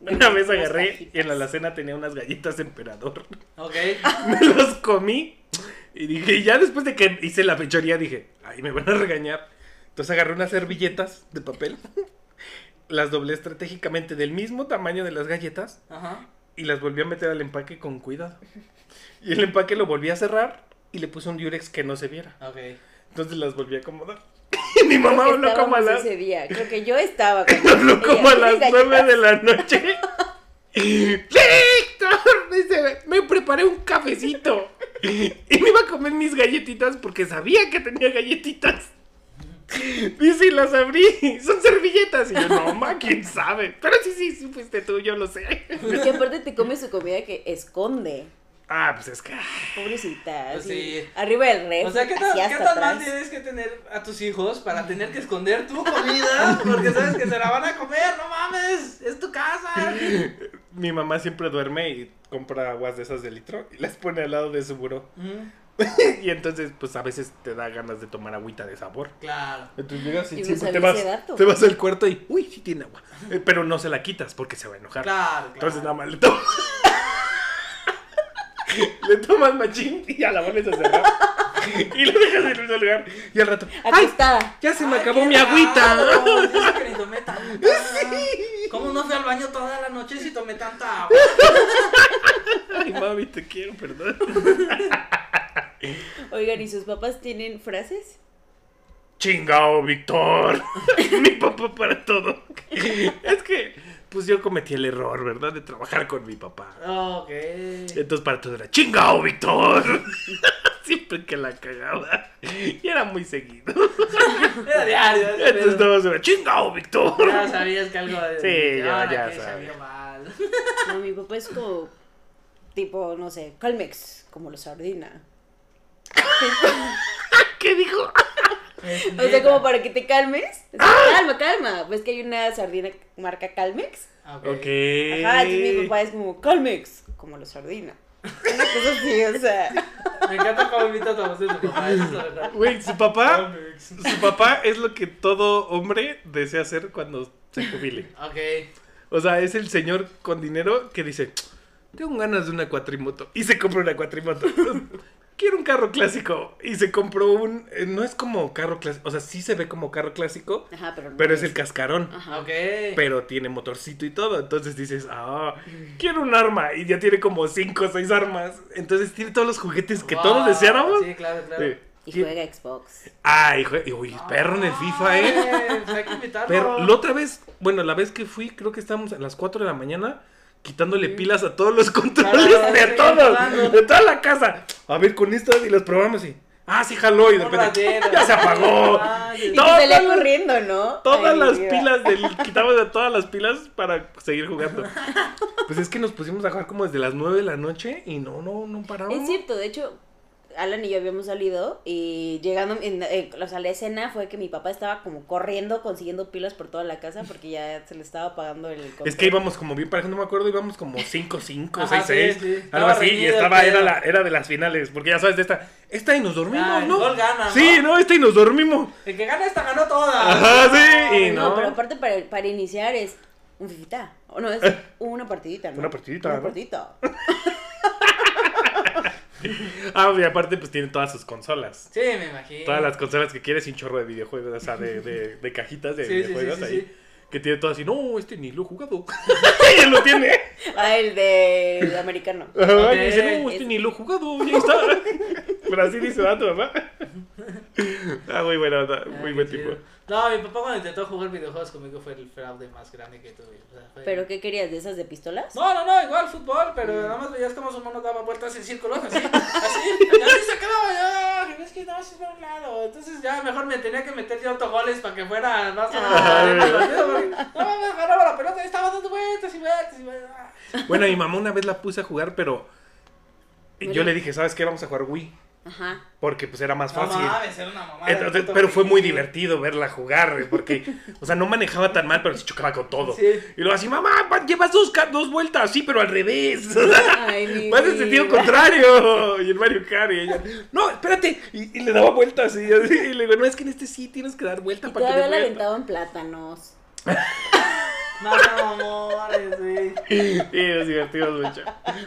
Una vez agarré y en la alacena tenía unas galletas de emperador.
Ok.
me los comí y dije, y ya después de que hice la fechoría dije, ay, me van a regañar. Entonces agarré unas servilletas de papel, las doblé estratégicamente del mismo tamaño de las galletas
Ajá.
y las volví a meter al empaque con cuidado. Y el empaque lo volví a cerrar y le puse un diurex que no se viera.
Ok.
Entonces las volví a acomodar. Y mi mamá habló como a las,
ese día. Creo que yo estaba. cuando
habló
ella-
como a
ella
las
galleta-
nueve de la noche. ¡Víctor! Dice, me preparé un cafecito. Y me iba a comer mis galletitas porque sabía que tenía galletitas. Dice, y las abrí. Son servilletas. Y yo, no, ma, quién sabe. Pero sí, sí, sí, fuiste tú, yo lo sé.
Y que aparte te come su comida que esconde.
Ah, pues es que.
Pobrecita.
Pues
así,
sí.
Arriba del rey.
O sea, ¿qué tan, ¿qué tan mal tienes que tener a tus hijos para tener que esconder tu comida? Porque sabes que se la van a comer, no mames, es tu casa.
Mi mamá siempre duerme y compra aguas de esas de litro y las pone al lado de su buró.
Mm,
Y entonces, pues a veces te da ganas de tomar agüita de sabor.
Claro.
Entonces llegas y,
Yo no
siempre te
sabía
vas,
ese dato.
te vas al cuarto y, uy, sí tiene agua. Eh, Pero no se la quitas porque se va a enojar.
Claro,
Entonces nada
claro.
más le tomas. le tomas machín y ya la vuelves a cerrar. y lo dejas en el mismo lugar. Y al rato, ¡ay!
Acostada.
Ya se me
Ay,
acabó
qué
mi agüita.
raro, Dios, que ni tomé tanta. ¿Cómo no fui al baño toda la noche si tomé tanta agua?
Ay, mami, te quiero, perdón.
Oigan, ¿y sus papás tienen frases?
Chingao, Víctor. mi papá para todo. es que, pues yo cometí el error, ¿verdad? De trabajar con mi papá.
Ok.
Entonces para todos era chingao, Víctor. Siempre que la cagaba. Y era muy seguido.
Era diario. ese
Entonces
pedo.
todos era chingao, Víctor.
Ya sabías que algo de.
Sí, ya-
ahora
ya
que
sabía.
salió mal.
No, mi papá es como. Tipo, no sé, Calmex, como los sardina.
¿Qué dijo?
O sea, como para que te calmes. O sea, calma, calma. Ves que hay una sardina marca Calmex.
Ok.
Ajá, entonces mi papá es como Calmex, como los sardina. Una cosa así, o sea.
Me encanta cómo invita a tu voz de tu papá, eso es la verdad.
Güey, su papá.
Comics.
Su papá es lo que todo hombre desea hacer cuando se jubile.
Ok.
O sea, es el señor con dinero que dice, tengo ganas de una cuatrimoto. Y se compra una cuatrimoto. Quiero un carro clásico. Y se compró un... eh, No es como carro clásico. O sea, sí se ve como carro clásico,
Ajá, pero no
pero es el cascarón.
Ajá.
Ok.
Pero tiene motorcito y todo. Entonces dices, ah, quiero un arma. Y ya tiene como cinco o seis armas. Entonces tiene todos los juguetes que
Wow,
todos deseáramos.
Sí, claro, claro.
Sí.
Y juega Xbox.
Ay, jue- uy, perro en el FIFA, ¿eh?
Ah, pues hay que invitarlo.
Pero la otra vez, bueno, la vez que fui, creo que estábamos a las 4 de la mañana quitándole pilas a todos los controles
Claro,
de
sí, claro.
todos, de toda la casa. A ver, con estas y los programas y. Ah, sí, jaló y de
Un
repente.
ratero.
Ya se apagó.
Ay,
Y que
Todas
salía
las-
corriendo, ¿no?
Todas
Ay,
las
Dios.
pilas del. Quitamos de todas las pilas para seguir jugando. Pues es que nos pusimos a jugar como desde las 9 de la noche y no, no, no parábamos.
Es cierto, de hecho, Alan y yo habíamos salido y llegando, en, eh, o sea, la escena fue que mi papá estaba como corriendo, consiguiendo pilas por toda la casa porque ya se le estaba apagando el...
Es que íbamos como bien parejo, no me acuerdo, íbamos como 5, 5,
Ajá,
6, 6,
sí, sí.
algo
Estaba
así, y
reñido el
estaba, era,
pedo.
la, era de las finales, porque ya sabes, de esta, esta y nos dormimos,
Ah, el
¿no?
gol gana,
Sí,
¿no? Ah,
no, esta y nos dormimos.
El que gana esta ganó toda.
Ajá, ah, sí, y
no,
no.
pero aparte para, para iniciar es un fifita, o no, es una partidita, ¿no?
Una partidita,
Una
¿no?
partidita.
Ah, y aparte, pues tiene todas sus consolas.
Sí, me imagino.
Todas las consolas que quieres y un chorro de videojuegos, o sea, de, de, de cajitas de
Sí, sí,
videojuegos
sí, sí,
ahí.
sí.
Que tiene todo así, no, este ni lo he jugado. Ella lo tiene.
Ah, el de americano.
Ajá, y
Ok.
dice, no, este ni lo he jugado, ya está. Pero así dice, ¿verdad, tu mamá? Ah, muy buena, onda,
Ay,
muy buen
qué
tipo.
chido. No, mi papá cuando intentó jugar videojuegos conmigo fue el fraude más grande que tuve. o sea, fue-
¿Pero qué querías? ¿De esas de pistolas?
No, no, no, igual fútbol, pero nada más veías cómo su mano daba vueltas en círculos, así, así, y así se quedaba, ya, que ves que nada más iba a un lado, entonces ya mejor me tenía que meter yo autogoles para que fuera más a No, me agarraba la pelota, y estaba dando vueltas y vueltas ah, y vueltas.
Bueno, mi mamá una vez la puse a jugar, pero yo
Mira.
le dije, ¿sabes qué? Vamos a jugar Wii.
Ajá.
Porque pues era más
No
fácil.
mames, era una mamada.
Entonces, pero fue muy divertido verla jugar, güey, porque, o sea, no manejaba tan mal, pero se chocaba con todo.
Sí.
Y luego así, mamá, va- llevas dos, ca- dos vueltas, sí, pero al revés.
Ay, mi
Vas en sentido
vida.
contrario. Y el Mario Kart, y ella, no, espérate. Y, y le daba vueltas, y, así, y le digo, no, es que en este sí tienes que dar vuelta
Y
para que
todavía
dé
le
vuelta".
aventaban plátanos.
No, no, mames, güey.
Y nos divertimos mucho.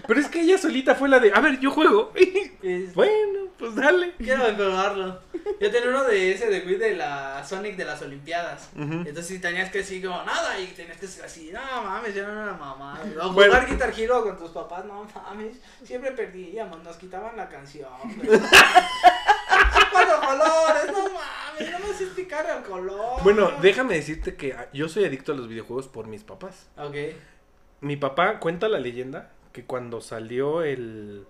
Pero es que ella solita fue la de, a ver, yo juego.
Es-
Bueno, pues dale.
Quiero probarlo. Yo tenía uno de ese de Wii de la Sonic de las Olimpiadas. Entonces si tenías que decir como nada y tenías que decir así, no mames, yo no era mamá. O
Bueno.
jugar Guitar Hero con tus papás, no mames. Siempre perdíamos, nos quitaban la canción. güey. Cuatro colores, no mames, no me haces picar el color.
Bueno, déjame decirte que ah, yo soy adicto a los videojuegos por mis papás.
Ok.
Mi papá cuenta la leyenda que cuando salió el.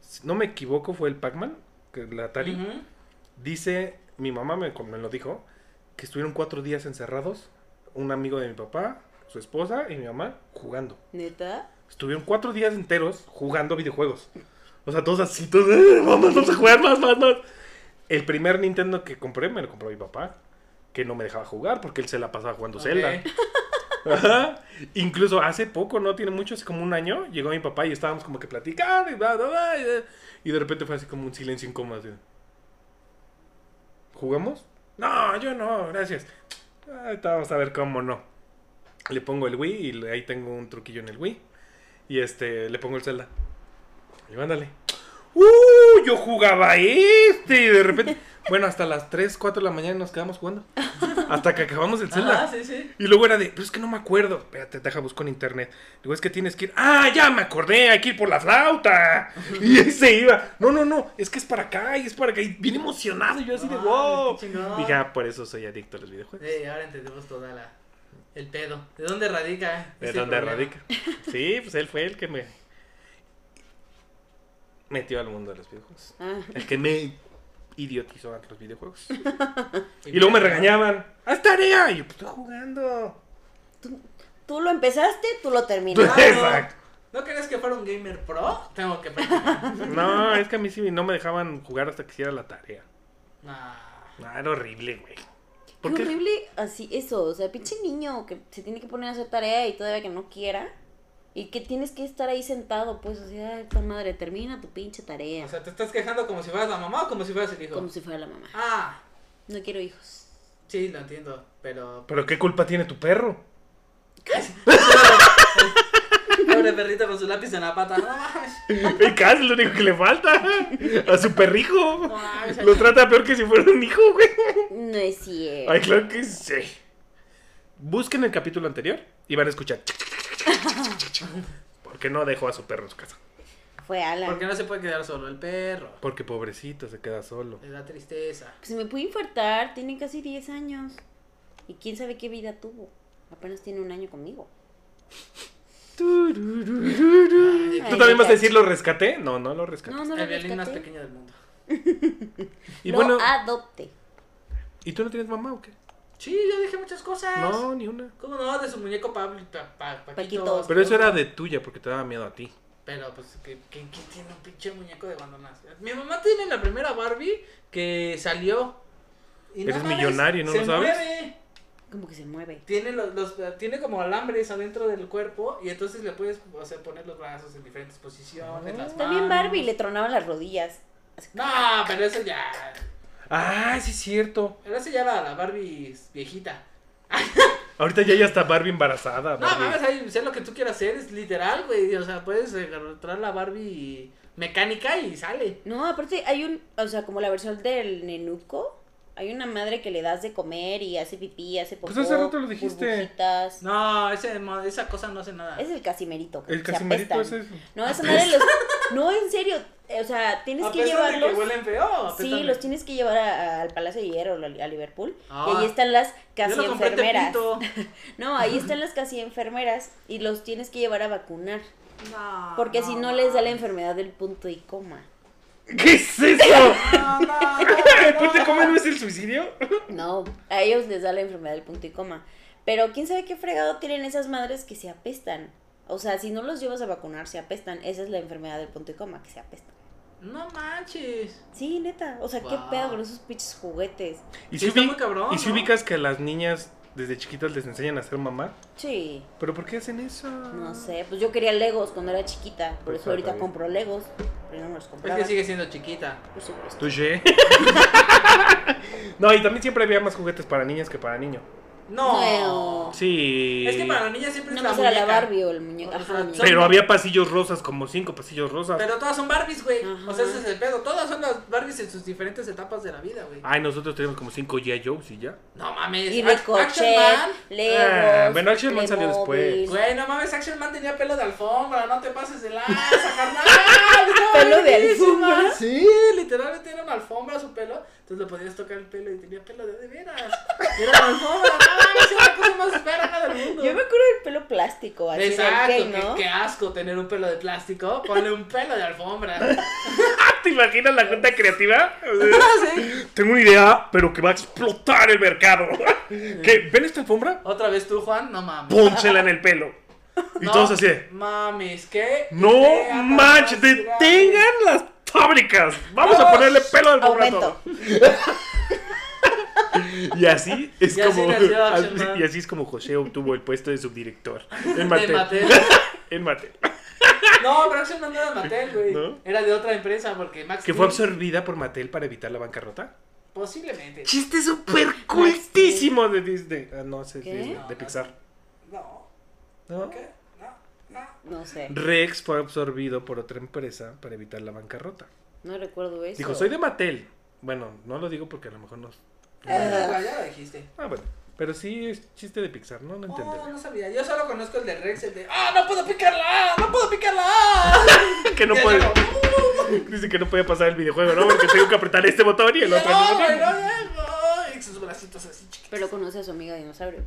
Si no me equivoco, fue el Pac-Man, que la Atari.
Ujú.
Dice, mi mamá me, me lo dijo, que estuvieron cuatro días encerrados. Un amigo de mi papá, su esposa y mi mamá jugando.
¿Neta?
Estuvieron cuatro días enteros jugando videojuegos. O sea, todos así, todos, "Eh, vamos, vamos a jugar más, más, más. El primer Nintendo que compré me lo compró mi papá, que no me dejaba jugar porque él se la pasaba jugando Zelda.
Ok.
Ajá. Incluso hace poco, no tiene mucho, hace como un año, llegó mi papá y estábamos como que platicando y bla, bla, bla. Y de, y de repente fue así como un silencio incómodo. así de, ¿Jugamos? No, yo no, gracias. "Ah, ahorita vamos a ver cómo no. Le pongo el Wii y le- ahí tengo un truquillo en el Wii. Y este, le pongo el Zelda. Y mándale. ¡Uh! Yo jugaba este. Y de repente. Bueno, hasta las 3, 4 de la mañana nos quedamos jugando. Hasta que acabamos el Zelda.
Ajá, sí, sí.
Y luego era de, pero es que no me acuerdo. Espérate, deja busco en internet. Digo, es que tienes que ir. ¡Ah, ya me acordé! Hay que ir por la flauta. Y ahí se iba. No, no, no. Es que es para acá y es para acá. Y bien emocionado. Yo así de,
No,
wow.
qué chingón.
Dije, ah, por eso soy adicto a los videojuegos.
Sí, ahora entendemos toda la... El pedo. ¿De dónde radica? eh?
¿De
ese
dónde
problema?
radica? Sí, pues él fue el que me metió al mundo de los videojuegos.
Ah.
El que me idiotizó a los videojuegos. Y luego me regañaban. ¡Haz tarea! Y yo, pues estoy jugando.
Tú lo empezaste, tú lo terminaste.
Exacto.
¿No crees que fuera un gamer pro? Tengo que practicar.
No, es que a mí sí no me dejaban jugar hasta que hiciera la tarea.
Nah.
Ah, era horrible, güey.
Qué
¿Por qué?
horrible así eso, o sea, pinche niño que se tiene que poner a hacer tarea y todavía que no quiera. Y que tienes que estar ahí sentado, pues, o sea, esta madre, termina tu pinche tarea.
O sea, ¿te estás quejando como si fueras la mamá o como si fueras el hijo?
como si fuera la mamá.
Ah,
No quiero hijos.
sí, lo entiendo, pero...
¿Pero qué culpa tiene tu perro?
Pobre perrito con su lápiz en la pata. No mames.
Y casi es lo único que le falta. A su perrijo.
No mames.
Lo trata peor que si fuera un hijo, güey.
No es cierto.
Ay, claro que sí. Busquen el capítulo anterior y van a escuchar. Porque no dejó a su perro en su casa.
Fue Alan.
Porque no se puede quedar solo el perro.
Porque pobrecito se queda solo.
Le da tristeza.
Pues me pude infartar, tiene casi 10 años. Y quién sabe qué vida tuvo. Apenas tiene un año conmigo.
¿Tú también vas a decir lo rescaté? No, no lo rescaté.
No, no lo
El violín más
rescaté.
pequeño del mundo.
Y
lo
bueno,
adopte.
¿y tú no tienes mamá o qué?
Sí, yo dije muchas
Ah,
cosas.
No, ni una.
¿Cómo no? De su muñeco Pablo, pa, pa- Paquito.
Paquito.
Pero eso era de tuya porque te daba miedo a ti.
Pero pues, ¿qué- qué- quién tiene un pinche muñeco de cuando nace? Mi mamá tiene la primera Barbie que salió. Y
Eres
mames,
millonario y no
se
lo sabes.
mueve.
Como que se mueve.
Tiene, los, los- tiene como alambres adentro del cuerpo y entonces le puedes o sea, poner los brazos en diferentes posiciones. las
Ah.
También
manos.
Barbie le tronaban las rodillas.
No, pero eso ya.
Ah, sí es cierto.
Pero eso ya la, la Barbie viejita.
Ahorita ya hay hasta Barbie embarazada.
No,
Ah,
Barbie.
mames, ahí, sé lo que tú quieras hacer, es literal, güey. O sea, puedes encontrar la Barbie mecánica y sale.
No, aparte hay un, o sea, como la versión del nenuco. Hay una madre que le das de comer y hace pipí, hace popó.
Pues hace rato lo dijiste.
burbujitas.
No, ese, mo- esa cosa no hace nada.
Es el casimerito. que
El
se
casimerito es
apestan.
eso.
No, esa madre los... No, en serio. eh, O sea, tienes
a
que
pesar de
llevarlos...
que huelen feo. a pesar
Sí,
de-
los tienes que llevar a- a- al Palacio de Hierro, lo- a Liverpool.
Ah.
y ahí están las
Yo
casi
lo compré
enfermeras.
Tepito.
No, ahí están las casi enfermeras y los tienes que llevar a vacunar.
No,
Porque si no les da la enfermedad del punto y coma.
¿Qué es eso?
No, no, no,
¿El punto de coma no es el suicidio?
No, a ellos les da la enfermedad del punto y coma. Pero quién sabe qué fregado tienen esas madres que se apestan. O sea, si no los llevas a vacunar, se apestan. Esa es la enfermedad del punto y coma, que se apestan.
no manches.
Sí, neta. O sea, qué
Guau.
pedo con esos pinches juguetes.
¿Y
Sí,
si,
está
ubi-
muy cabrón,
y si
¿no?
ubicas que a las niñas desde chiquitas les enseñan a ser mamá?
Sí.
¿Pero por qué hacen eso?
No sé, pues yo quería Legos cuando era chiquita, por
Pues
eso ahorita
falta bien.
compro Legos, pero no me los
Es
compraba.
que sigue siendo chiquita.
Por supuesto.
Touché. no, y también siempre había más juguetes para niñas que para niños.
No.
No.
Sí.
Es que para la niña siempre
No
es la
más era la
muñeca.
Barbie o el muñeco.
O
Ajá,
sea,
el muñeco.
Pero había pasillos rosas, como cinco pasillos rosas.
Pero todas son Barbies, güey.
Ajá.
O sea, ese es el pedo. Todas son las Barbies en sus diferentes etapas de la vida, güey.
Ay, nosotros tenemos como cinco G.I. Joe's y ya.
No mames.
Y
Ac- Action
Ricochet,
Man.
Legos.
Ah, bueno, Action Man salió
Playmobil.
después.
Güey, no mames, Action Man tenía pelo de alfombra, no te pases de lanza, carnal. Estaba
¿Pelo de
buenísima.
alfombra?
Sí, literalmente era una alfombra su pelo. Entonces le podías tocar el pelo y tenía pelo de de veras. Y Era una alfombra, no mames, era la cosa más verga del mundo.
Yo me acuerdo del pelo plástico, así
Exacto,
del
qué,
que, ¿no?
qué asco tener un pelo de plástico. Ponle un pelo de alfombra.
Ah, ¿Te imaginas la cuenta creativa?
Ah,
Sí.
Tengo una idea, pero que va a explotar el mercado. ¿Qué? ¿Ven esta alfombra?
Otra vez tú, Juan, no mames.
Pónsela en el pelo. Y
No
todos así. de,
Mames, ¿qué? idea
No
tan
manches,
más grande".
detengan las fábricas. Vamos a
No.
ponerle pelo al borrato.
Aumento.
Y así es
Y así
como
nació Action
así-
Man.
y así es como José obtuvo el puesto de subdirector en
De
Mattel.
Mattel.
En Mattel,
No, pero Action Man no era de Mattel, güey.
¿No?
Era de otra empresa porque Max
que fue
Steel-
absorbida por Mattel para evitar la bancarrota.
Posiblemente.
Chiste súper cultísimo de Disney. Ah, no, es de
¿Qué?
Disney, de Pixar.
No,
¿No?
¿qué? No, no.
No sé,
Rex fue absorbido por otra empresa para evitar la bancarrota.
no recuerdo eso.
Dijo, soy de Mattel. Bueno, no lo digo porque a lo mejor no.
Ya, ya lo dijiste. Oh,
Ah, bueno. Pero sí es chiste de Pixar, no lo entenderé.
No, no sabía. Yo solo conozco el de Rex, el de ¡Ah, no puedo picarla! ¡No puedo picarla!
que no
Y "Uh". el
puede.
otro,
Dice que no puede pasar el videojuego, ¿no? Porque tengo que apretar este botón y el
¡No,
otro. no,
güey, no, no! Y sus bracitos así chiquitos.
Pero conoce a su amiga dinosaurio.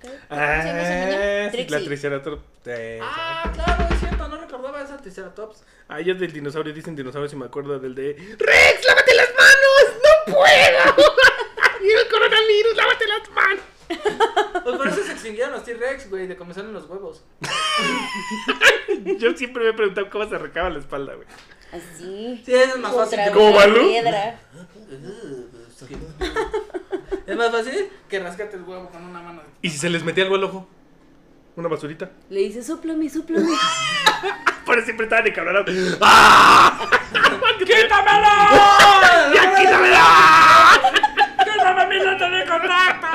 ¿Qué? ¿Cómo se llama esa niña?
Ah, sí, la
Trixie.
Triceratops. eh,
Ah, claro, es cierto, no recordaba esa Triceratops.
Ah, yo del dinosaurio dicen dinosaurio si me acuerdo del de Rex, lávate las manos, no puedo. Mira el coronavirus, lávate las manos.
Pues por eso se extinguieron los T-Rex, güey, de comenzaron los huevos.
Yo siempre me he preguntado cómo se arrancaba la espalda, güey.
Así.
Sí, es más fácil.
Otra
que-
vez
¿Como
la
Balú?
piedra.
Es más fácil que rascarte el huevo con una mano.
¿Y si se les metía algo al ojo? Una basurita.
Le dice, soplame, soplame.
Pero siempre estaban encabronados. ¡Ah! ¡Quítamelo! ¡Ya quítamelo! ¡Quítame mi lente de contacto!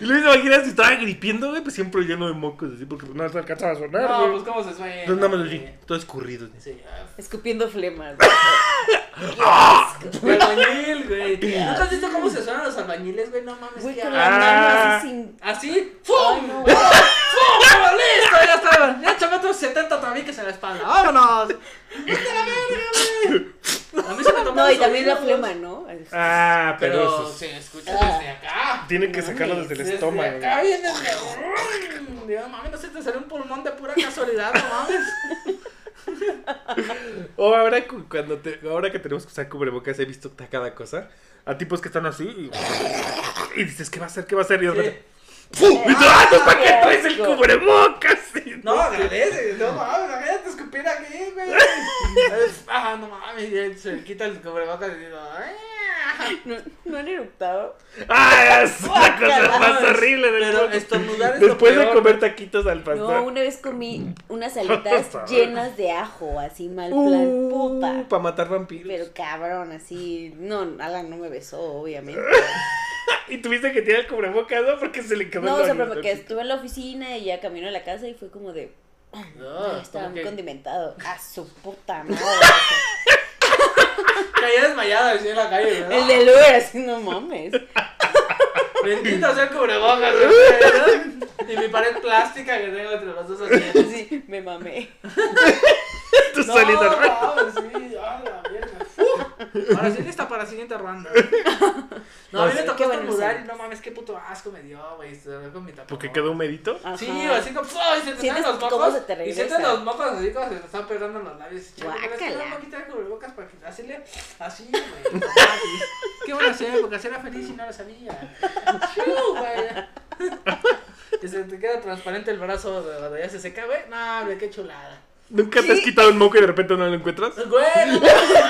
Y luego se imagina si estaba gripiendo, güey, pues siempre lleno de mocos, así, porque pues, no se alcanzaba a sonar,
No,
güey.
pues cómo se suena.
Entonces nada más así,
güey.
todo escurrido. güey.
Sí, ah,
Escupiendo flemas.
El albañil, güey. ¿Nunca has visto cómo se suenan los albañiles, güey? No mames,
Güey,
qué
con
asco.
Ah.
las manos así sin.
Así,
Ay,
¡fum!
no.
¡Fum! ¡Listo! Ya está. Ya chame otros 70 tabiques en la espalda. ¡Vámonos! ¡Vete a la verga, güey! A mí se me tomaron
No, y
los
también la Ah.
oídos.
flema, ¿no? Es-
Ah, pero,
Pero
eso es-
se escucha desde acá.
tienen que sacarlo desde el estómago.
Desde acá viene el- Dios, mami, no se te salió un pulmón de pura casualidad, no mames.
güey. O ahora, cu- cuando te- ahora que tenemos que usar cubrebocas, he visto ta- cada cosa. A tipos que están así y, y dices, ¿qué va a hacer? ¿Qué va a hacer? Y de
Eh,
repente, ¡Pum! Y tú, ¡ah, no, para qué traes el cubrebocas! Sí,
No, agradeces, no mames, imagínate escupir aquí, güey. Es- Ah, no mames, y se le quita el cubrebocas y digo, "Ah".
¿No, no han eruptado?
¡Ah, es la cosa
Guácala,
más
es-
horrible del
Pero
mundo!
estornudar es lo
Después de
peor.
comer taquitos al
No,
pastor.
una vez comí unas alitas llenas de ajo, así mal plan, puta.
¡uh! para matar vampiros.
Pero cabrón, así. No, Alan no me besó, obviamente.
Y tuviste que tirar el cubrebocas, ¿no? Porque se le quedó
No,
el
o sea,
labio.
pero porque estuve en la oficina y ya camino a la casa y fue como de.
No,
"Ay, estaba
como
muy
que-
condimentado. A su puta madre.
Caía desmayada así en la calle, ¿verdad?
El del Uber, así no mames.
Bendito sea el cubrebocas, güey. Y mi pared plástica que tengo entre los dos así.
Sí, me mamé.
Tú
No,
solito, ¿no?
mames, sí, a la mierda. Uf. Ahora sí lista para la siguiente ronda. No, a mí
No,
me
sí,
tocó
qué bueno
estornudar
ser.
y no mames, qué puto asco me dio, güey. estornudar con mi tapabocas.
Porque quedó humedito.
Ajá.
Sí, así como, ¡ay! Se te salen
Sientes
los
cómo
mocos.
se te
y
regresa.
sientes los mocos así como se te están pegando en los labios. Chico, pero es que no,
Guácala.
no quitar el cubrebocas para quitársele así, güey. Qué buena porque era feliz y no lo sabía. Chiu, güey. Que se te queda transparente el brazo de cuando ya se seca, güey. No, hombre, qué chulada.
Nunca te has quitado un moco y de repente no lo encuentras.
Güey, no mames.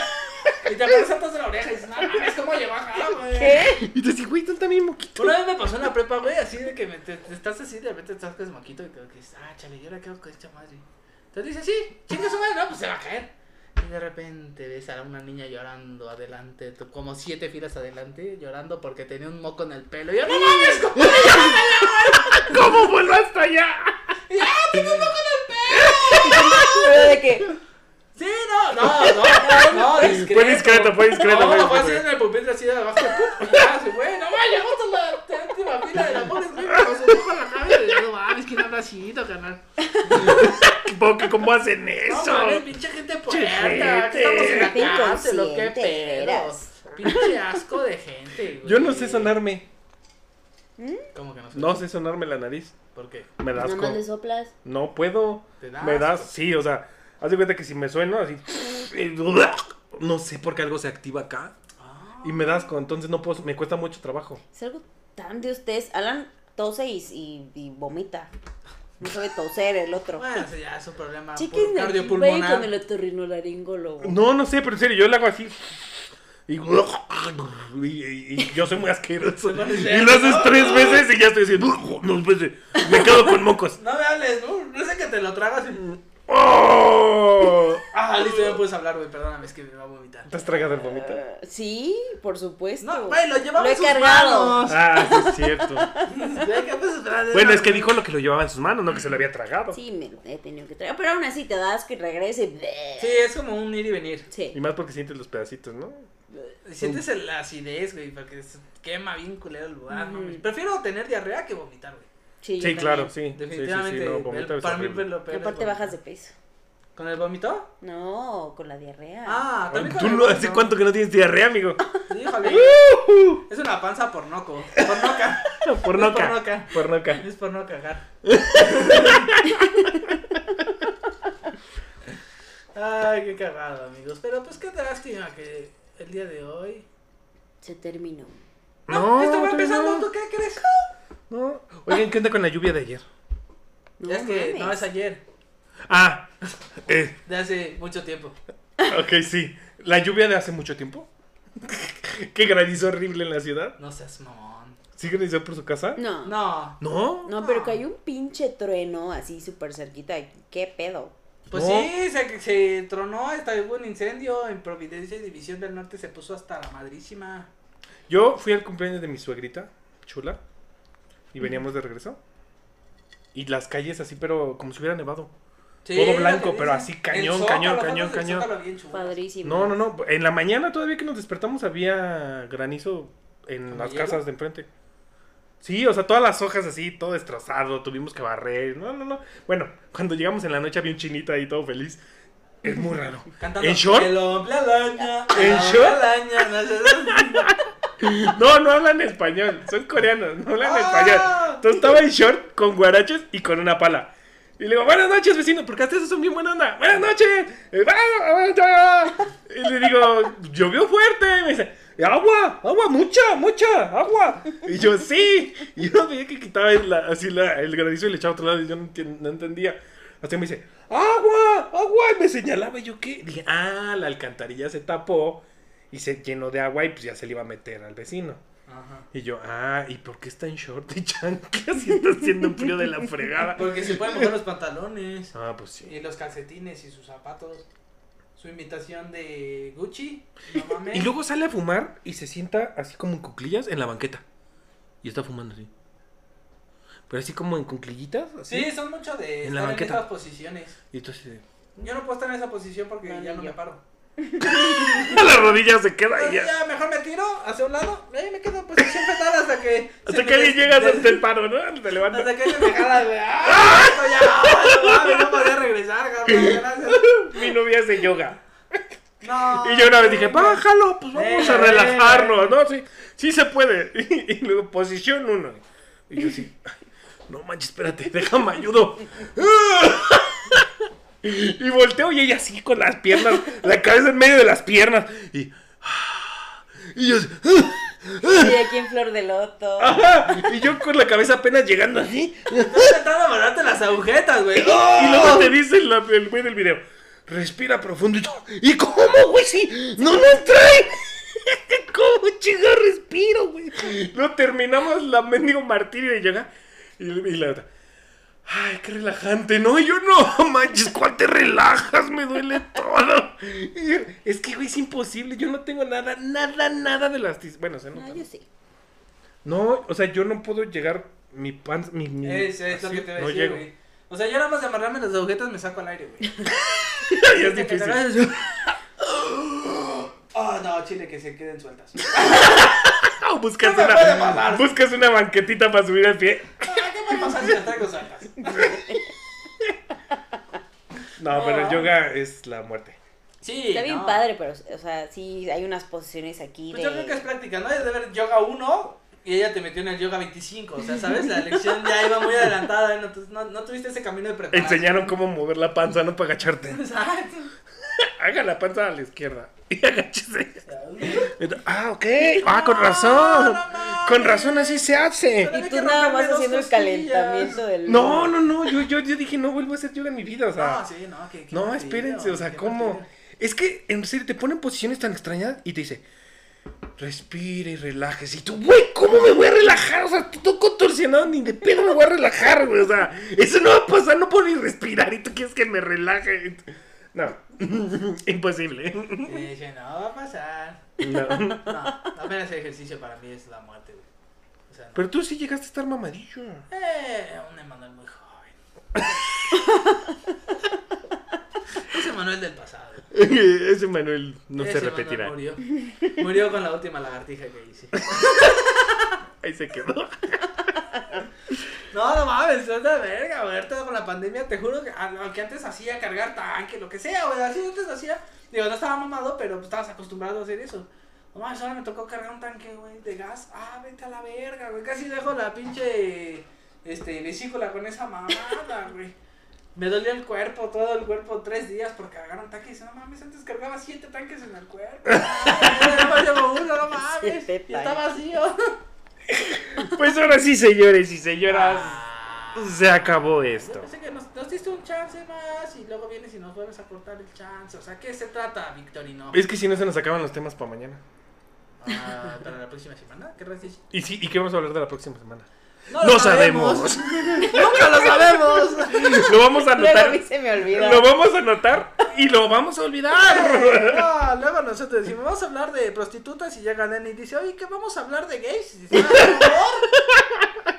Y te aparece atrás de la oreja y dices, no mames, ¿cómo lleva acá, güey?
Y te dices, güey, tú también moquito.
Una vez me pasó en la prepa, güey, así de que me- te, te estás así, de repente estás con ese moquito y creo que dices, ah, chale, ¿y ahora qué hago con esta madre? Entonces dices, sí, chinga su madre, no, pues se va a caer. Y de repente ves a una niña llorando adelante, tú- como siete filas adelante, llorando porque tenía un moco en el pelo. Y yo, no mames, ¿cómo?
¿Cómo vuelvo hasta allá?
Y, ¡Ah, tenía un moco en el pelo!
Pero de que.
Sí, no, no, no, no, discreto.
Fue discreto, fue discreto,
No,
fue
fue así
discreto.
en el pupitre, así de abajo, pum, y ya se fue. No, mames, llegó hasta la última fila de la pobre, güey, con su moco en la cabeza. Y yo, No mames, ¿quién habla así, carnal?
Porque, ¿cómo hacen
No
eso?
mames, pinche gente puerta.
Gente.
que Estamos
Gente
en la cárcel, ¿o qué
inconsciente,
pedo.
veras.
Pinche asco de gente, güey.
Yo no sé sonarme.
¿Cómo que no sé?
No sé sonarme la nariz.
¿Por qué?
Me da
Nada
asco.
más le soplas.
No puedo.
¿Te da
me da,
asco?
sí, o sea, haz de cuenta que si me sueno así. No sé por qué algo se activa acá.
Ah.
Y me das asco, entonces no puedo, me cuesta mucho trabajo.
Es algo tan de ustedes. Alan tose y, y, y vomita. No sabe toser el otro.
Bueno, eso ya es un problema
Chiquen
Ah, por
aquí, vayan con el
cardiopulmonar.
otorrinolaringólogo.
No, no sé, pero en serio, yo le hago así. Y, y- y- y yo soy muy asqueroso. Y lo haces tres veces y ya estoy así. dos veces. Me quedo con mocos.
No me hables, no, no sé que te lo tragas.
Mm.
y-
¡Oh!
Ah, listo, ya puedes hablar, güey. Perdóname, es que me va a vomitar.
¿Te has tragado el vómito?
Ah, sí, por supuesto.
No, güey, lo llevaba
Lo he
en sus
cargado.
manos.
Ah, sí, es cierto.
Ya, ¿qué puedes esperar de
Bueno,
una-
es que dijo lo que lo llevaba en sus manos, no que se lo había tragado.
Sí, me lo he tenido que traer. Pero aún así te das que regrese.
Sí, es como un ir y venir.
Y
Sí.
más porque sientes los pedacitos, ¿no?
Sientes el- la acidez, güey, porque se quema bien culero el lugar. no mames. Prefiero tener diarrea que vomitar, güey.
Sí, yo
Sí,
también.
claro, sí. Sí, sí, sí, no,
Definitivamente, el-
vómito es
para mí
horrible.
lo
Y
peor. es
aparte
vómito.
bajas de peso.
¿Con el vómito?
No, con la diarrea.
Ah, también
¿Tú
con el
no,
vómito.
hace cuánto que no tienes diarrea, amigo?
Sí, Javier. Es una panza pornoco. Pornoca.
Por
Por
noca.
noca.
Por noca.
Es por no cagar. Ay, qué cagado, amigos. Pero pues qué lástima que el día de hoy.
Se terminó.
No, esto va
todavía
empezando,
no.
¿tú qué crees?
No. Oigan, ¿qué onda con la lluvia de ayer?
No,
Ya es que
mames.
no es ayer,
Ah, eh,
de hace mucho tiempo.
ok, sí. La lluvia de hace mucho tiempo. que granizo horrible en la ciudad.
No seas mamón.
¿Sí granizó por su casa?
No. no.
No.
¿No?
pero que hay un pinche trueno así súper cerquita. ¿Qué pedo?
Pues
No.
sí, se, se tronó, hasta hubo un incendio en Providencia y División del Norte se puso hasta la madrísima.
Yo fui al cumpleaños de mi suegrita, chula. y veníamos de regreso. Y las calles así, pero como si hubiera nevado.
Sí,
Todo
es lo que
blanco,
dicen.
pero así
El
cañón,
Zócalo,
cañón,
fotos
cañón,
del
cañón.
Zócalo bien chulas.
Padrísimo.
No, no, no. En la mañana todavía que nos despertamos había granizo en
¿Como
las
hielo?
casas de enfrente. Sí, o sea, todas las hojas así, todo destrozado, tuvimos que barrer. No, no, no. Bueno, cuando llegamos en la noche había un chinito ahí todo feliz. Es muy raro.
Cantando.
¿En short?
El hombre alaña.
¿En
el hombre
short?
alaña, no sé, no sé.
No, no hablan español, son coreanos, no hablan
Ah.
español. Entonces estaba en short con guaraches y con una pala. Y le digo, buenas noches, vecino, porque hasta eso son bien buena onda. Buenas noches. Eh, va, va, va. Y le digo, llovió fuerte. Y me dice, agua, agua, mucha, mucha, agua. Y yo, sí. Y yo veía que quitaba el, la- así la- el granizo y le echaba a otro lado y yo no, entien- no entendía. Hasta que me dice, agua, agua. Y me señalaba y yo, ¿qué? Dije, ah, la alcantarilla se tapó y se llenó de agua y pues ya se le iba a meter al vecino.
Ajá.
Y yo, ah, ¿y por qué está en short y chanclas y está haciendo un frío de la fregada?
Porque Eh. se pueden mojar los pantalones.
Ah, pues sí.
Y los calcetines y sus zapatos. Su imitación de Gucci. No mames.
Y luego sale a fumar y se sienta así como en cuclillas en la banqueta. Y está fumando así. Pero así como en cuclillitas, así.
Sí, son mucho de
En la
estar en
banqueta.
esas posiciones.
Y entonces de-
Yo no puedo estar en esa posición porque
No,
ya
ni
no
yo.
me paro.
la rodilla se queda ahí.
Entonces
ya.
ya mejor me tiro hacia un lado y ahí me quedo en posición fetal hasta que. se
Hasta
me
que alguien
des-
llega
des-
hasta el paro, ¿no? Te levanta.
Hasta que alguien me jala, güey. ¡Ah! esto ya! No, mames, no podía regresar, cabrón. Gracias.
Mi novia hace yoga.
No.
Y yo una vez dije, bájalo, pues vamos a
Venga,
relajarnos, ¿no? Sí, sí se puede. Y, luego, posición uno. Y yo sí, "Ay, no manches, espérate, déjame ayudo. Y volteo y ella así con las piernas, la cabeza en medio de las piernas. Y, y yo así,
Y aquí en Flor de Loto.
Ah. "Ajá". Y yo con la cabeza apenas llegando así.
Estás tratando de mandarte las agujetas, güey. Oh,
Y luego
¡Ah!
te dice la- el güey del video, respira profundo. Y, todo. ¿Y cómo, güey? Si no nos trae. ¿Cómo chinga respiro, güey? Luego terminamos la mendigo martirio de llega. Y, y la otra. Ay, qué relajante, ¿no? Y yo no, manches, ¿cuál te relajas? Me duele todo. Y yo, es que, güey, es imposible. Yo no tengo nada, nada, nada de las tis. Bueno, se nota.
No, yo sí.
No, o sea, yo no puedo llegar. Mi pan. Mi, mi-
Es, es lo
así,
que te voy a
no
decir,
llego.
güey. O sea, yo nada más de amarrarme las agujetas me saco al aire, güey.
Ya es difícil.
Oh, no, chile, que se queden sueltas.
Ah, buscas,
No me puede
una,
pasar.
buscas una banquetita para subir al pie.
Ah, ¿Qué me pasa si las traigo sueltas?
No, pero el
Ah.
yoga es la muerte.
Sí.
Está bien
no.
padre, pero, o sea, sí hay unas posiciones aquí
Pues yo creo que es
de.
práctica, ¿no? Es de ver yoga 1 y ella te metió en el yoga 25. O sea, ¿sabes? La lección ya iba muy adelantada. ¿no? Entonces, no, no tuviste ese camino de preparación.
Enseñaron cómo mover la panza, no para agacharte.
Exacto.
Haga la panza a la izquierda y agáchese. Ah, ok. Ah, con razón. Con razón así se hace.
Tiene
Y
que
tú nada
romperme
más
dos
haciendo el
costillas.
calentamiento del.
No, no, no. Yo, yo, yo dije, no vuelvo a hacer yoga en mi vida. O sea,
No, sí, no. que- que
No,
partido,
espérense, o sea,
que
¿cómo?
partido.
Es que, en serio, te ponen posiciones tan extrañas y te dice, respire y relájese. Y tú, güey, ¿cómo me voy a relajar? O sea, te estoy contorsionado, ni de pedo me voy a relajar, güey. O sea, eso no va a pasar, no puedo ni respirar y tú quieres que me relaje. No, imposible.
Y dije, no va a pasar.
No.
No, apenas ese ejercicio para mí es la muerte, güey. O sea, no.
Pero tú sí llegaste a estar mamadillo.
Eh, un Emanuel muy joven. Ese Emanuel del pasado.
Ese Manuel no
Ese
se
Emanuel
repetirá.
Murió. murió con la última lagartija que hice.
Ahí se quedó.
No, no mames, es de verga, güey. Ahorita con la pandemia, te juro que a- aunque antes hacía cargar tanque, lo que sea, güey. Así antes hacía. Digo, no estaba mamado, pero pues, estabas acostumbrado a hacer eso. No mames, ahora me tocó cargar un tanque, güey, de gas. Ah, vete a la verga, güey. Casi dejo la pinche este, vesícula con esa mamada, güey. Me dolió el cuerpo, todo el cuerpo, tres días por cargar un tanque. Y dice, no mames, antes cargaba siete tanques en el cuerpo. Ay, no, llevo uno, no mames.
Siete
Y oh. está vacío.
Pues ahora sí, señores y señoras, se acabó
Yo
esto.
pensé que nos, nos diste un chance más y luego vienes y nos vuelves a cortar el chance. O sea, ¿qué se trata, Victorino?
Es que si no se nos acaban los temas para mañana.
Ah, para la próxima semana, ¿querrás decir?
¿Y, sí, ¿Y qué vamos a hablar de la próxima semana?
No,
lo sabemos.
Nunca lo sabemos.
Lo vamos a
Luego a mí
anotar.
se me olvida.
Lo vamos a anotar y lo vamos a olvidar.
No, Ah, luego nosotros decimos, vamos a hablar de prostitutas y llega Nene y dice, oye, ¿qué vamos a hablar de gays? Y dice, "Ah,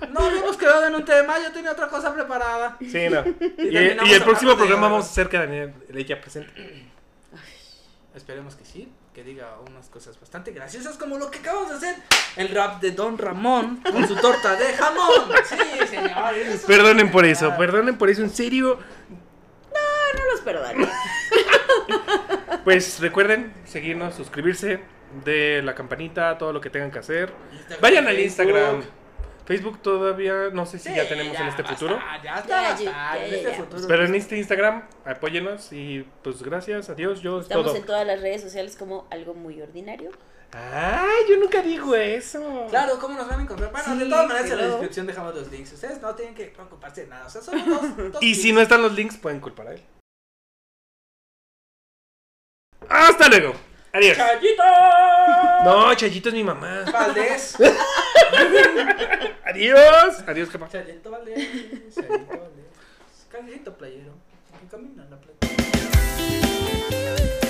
por favor". quedado en un tema, yo tenía otra cosa preparada.
Sí, no. Y,
terminamos
y el
hablando de
próximo programa
ahorros.
vamos a hacer que Daniel ella presente.
Esperemos que sí, que diga unas cosas bastante graciosas como lo que acabamos de hacer. El rap de Don Ramón con su torta de jamón. Sí, señor. eso-
Perdonen por eso, perdonen por eso, en serio.
No los perdones.
Pues recuerden seguirnos, suscribirse, de la campanita, todo lo que tengan que hacer. Vayan al Instagram. Facebook todavía, no sé si
Sí,
ya tenemos en este
basta,
futuro.
Ya está,
Ya,
basta,
ya,
en este
ya.
futuro.
Pero en este Instagram, apóyenos y pues gracias, adiós, yo es
Estamos
todo.
en todas las redes sociales como algo muy ordinario.
Ah, yo nunca digo eso.
Claro, ¿cómo nos van a encontrar? Bueno,
Sí,
de todas maneras en la
claro.
descripción dejamos los links. Ustedes no tienen que preocuparse de nada. O sea, son dos, dos
Y si
clics.
no están los links, pueden culpar a él. Hasta luego. Adiós.
¡Chayito!
No, Chayito es mi mamá.
Valdés.
Adiós. Adiós, capaz.
Chayito Valdés. Chayito Valdés. Cangrejito playero. Que camina en la playa.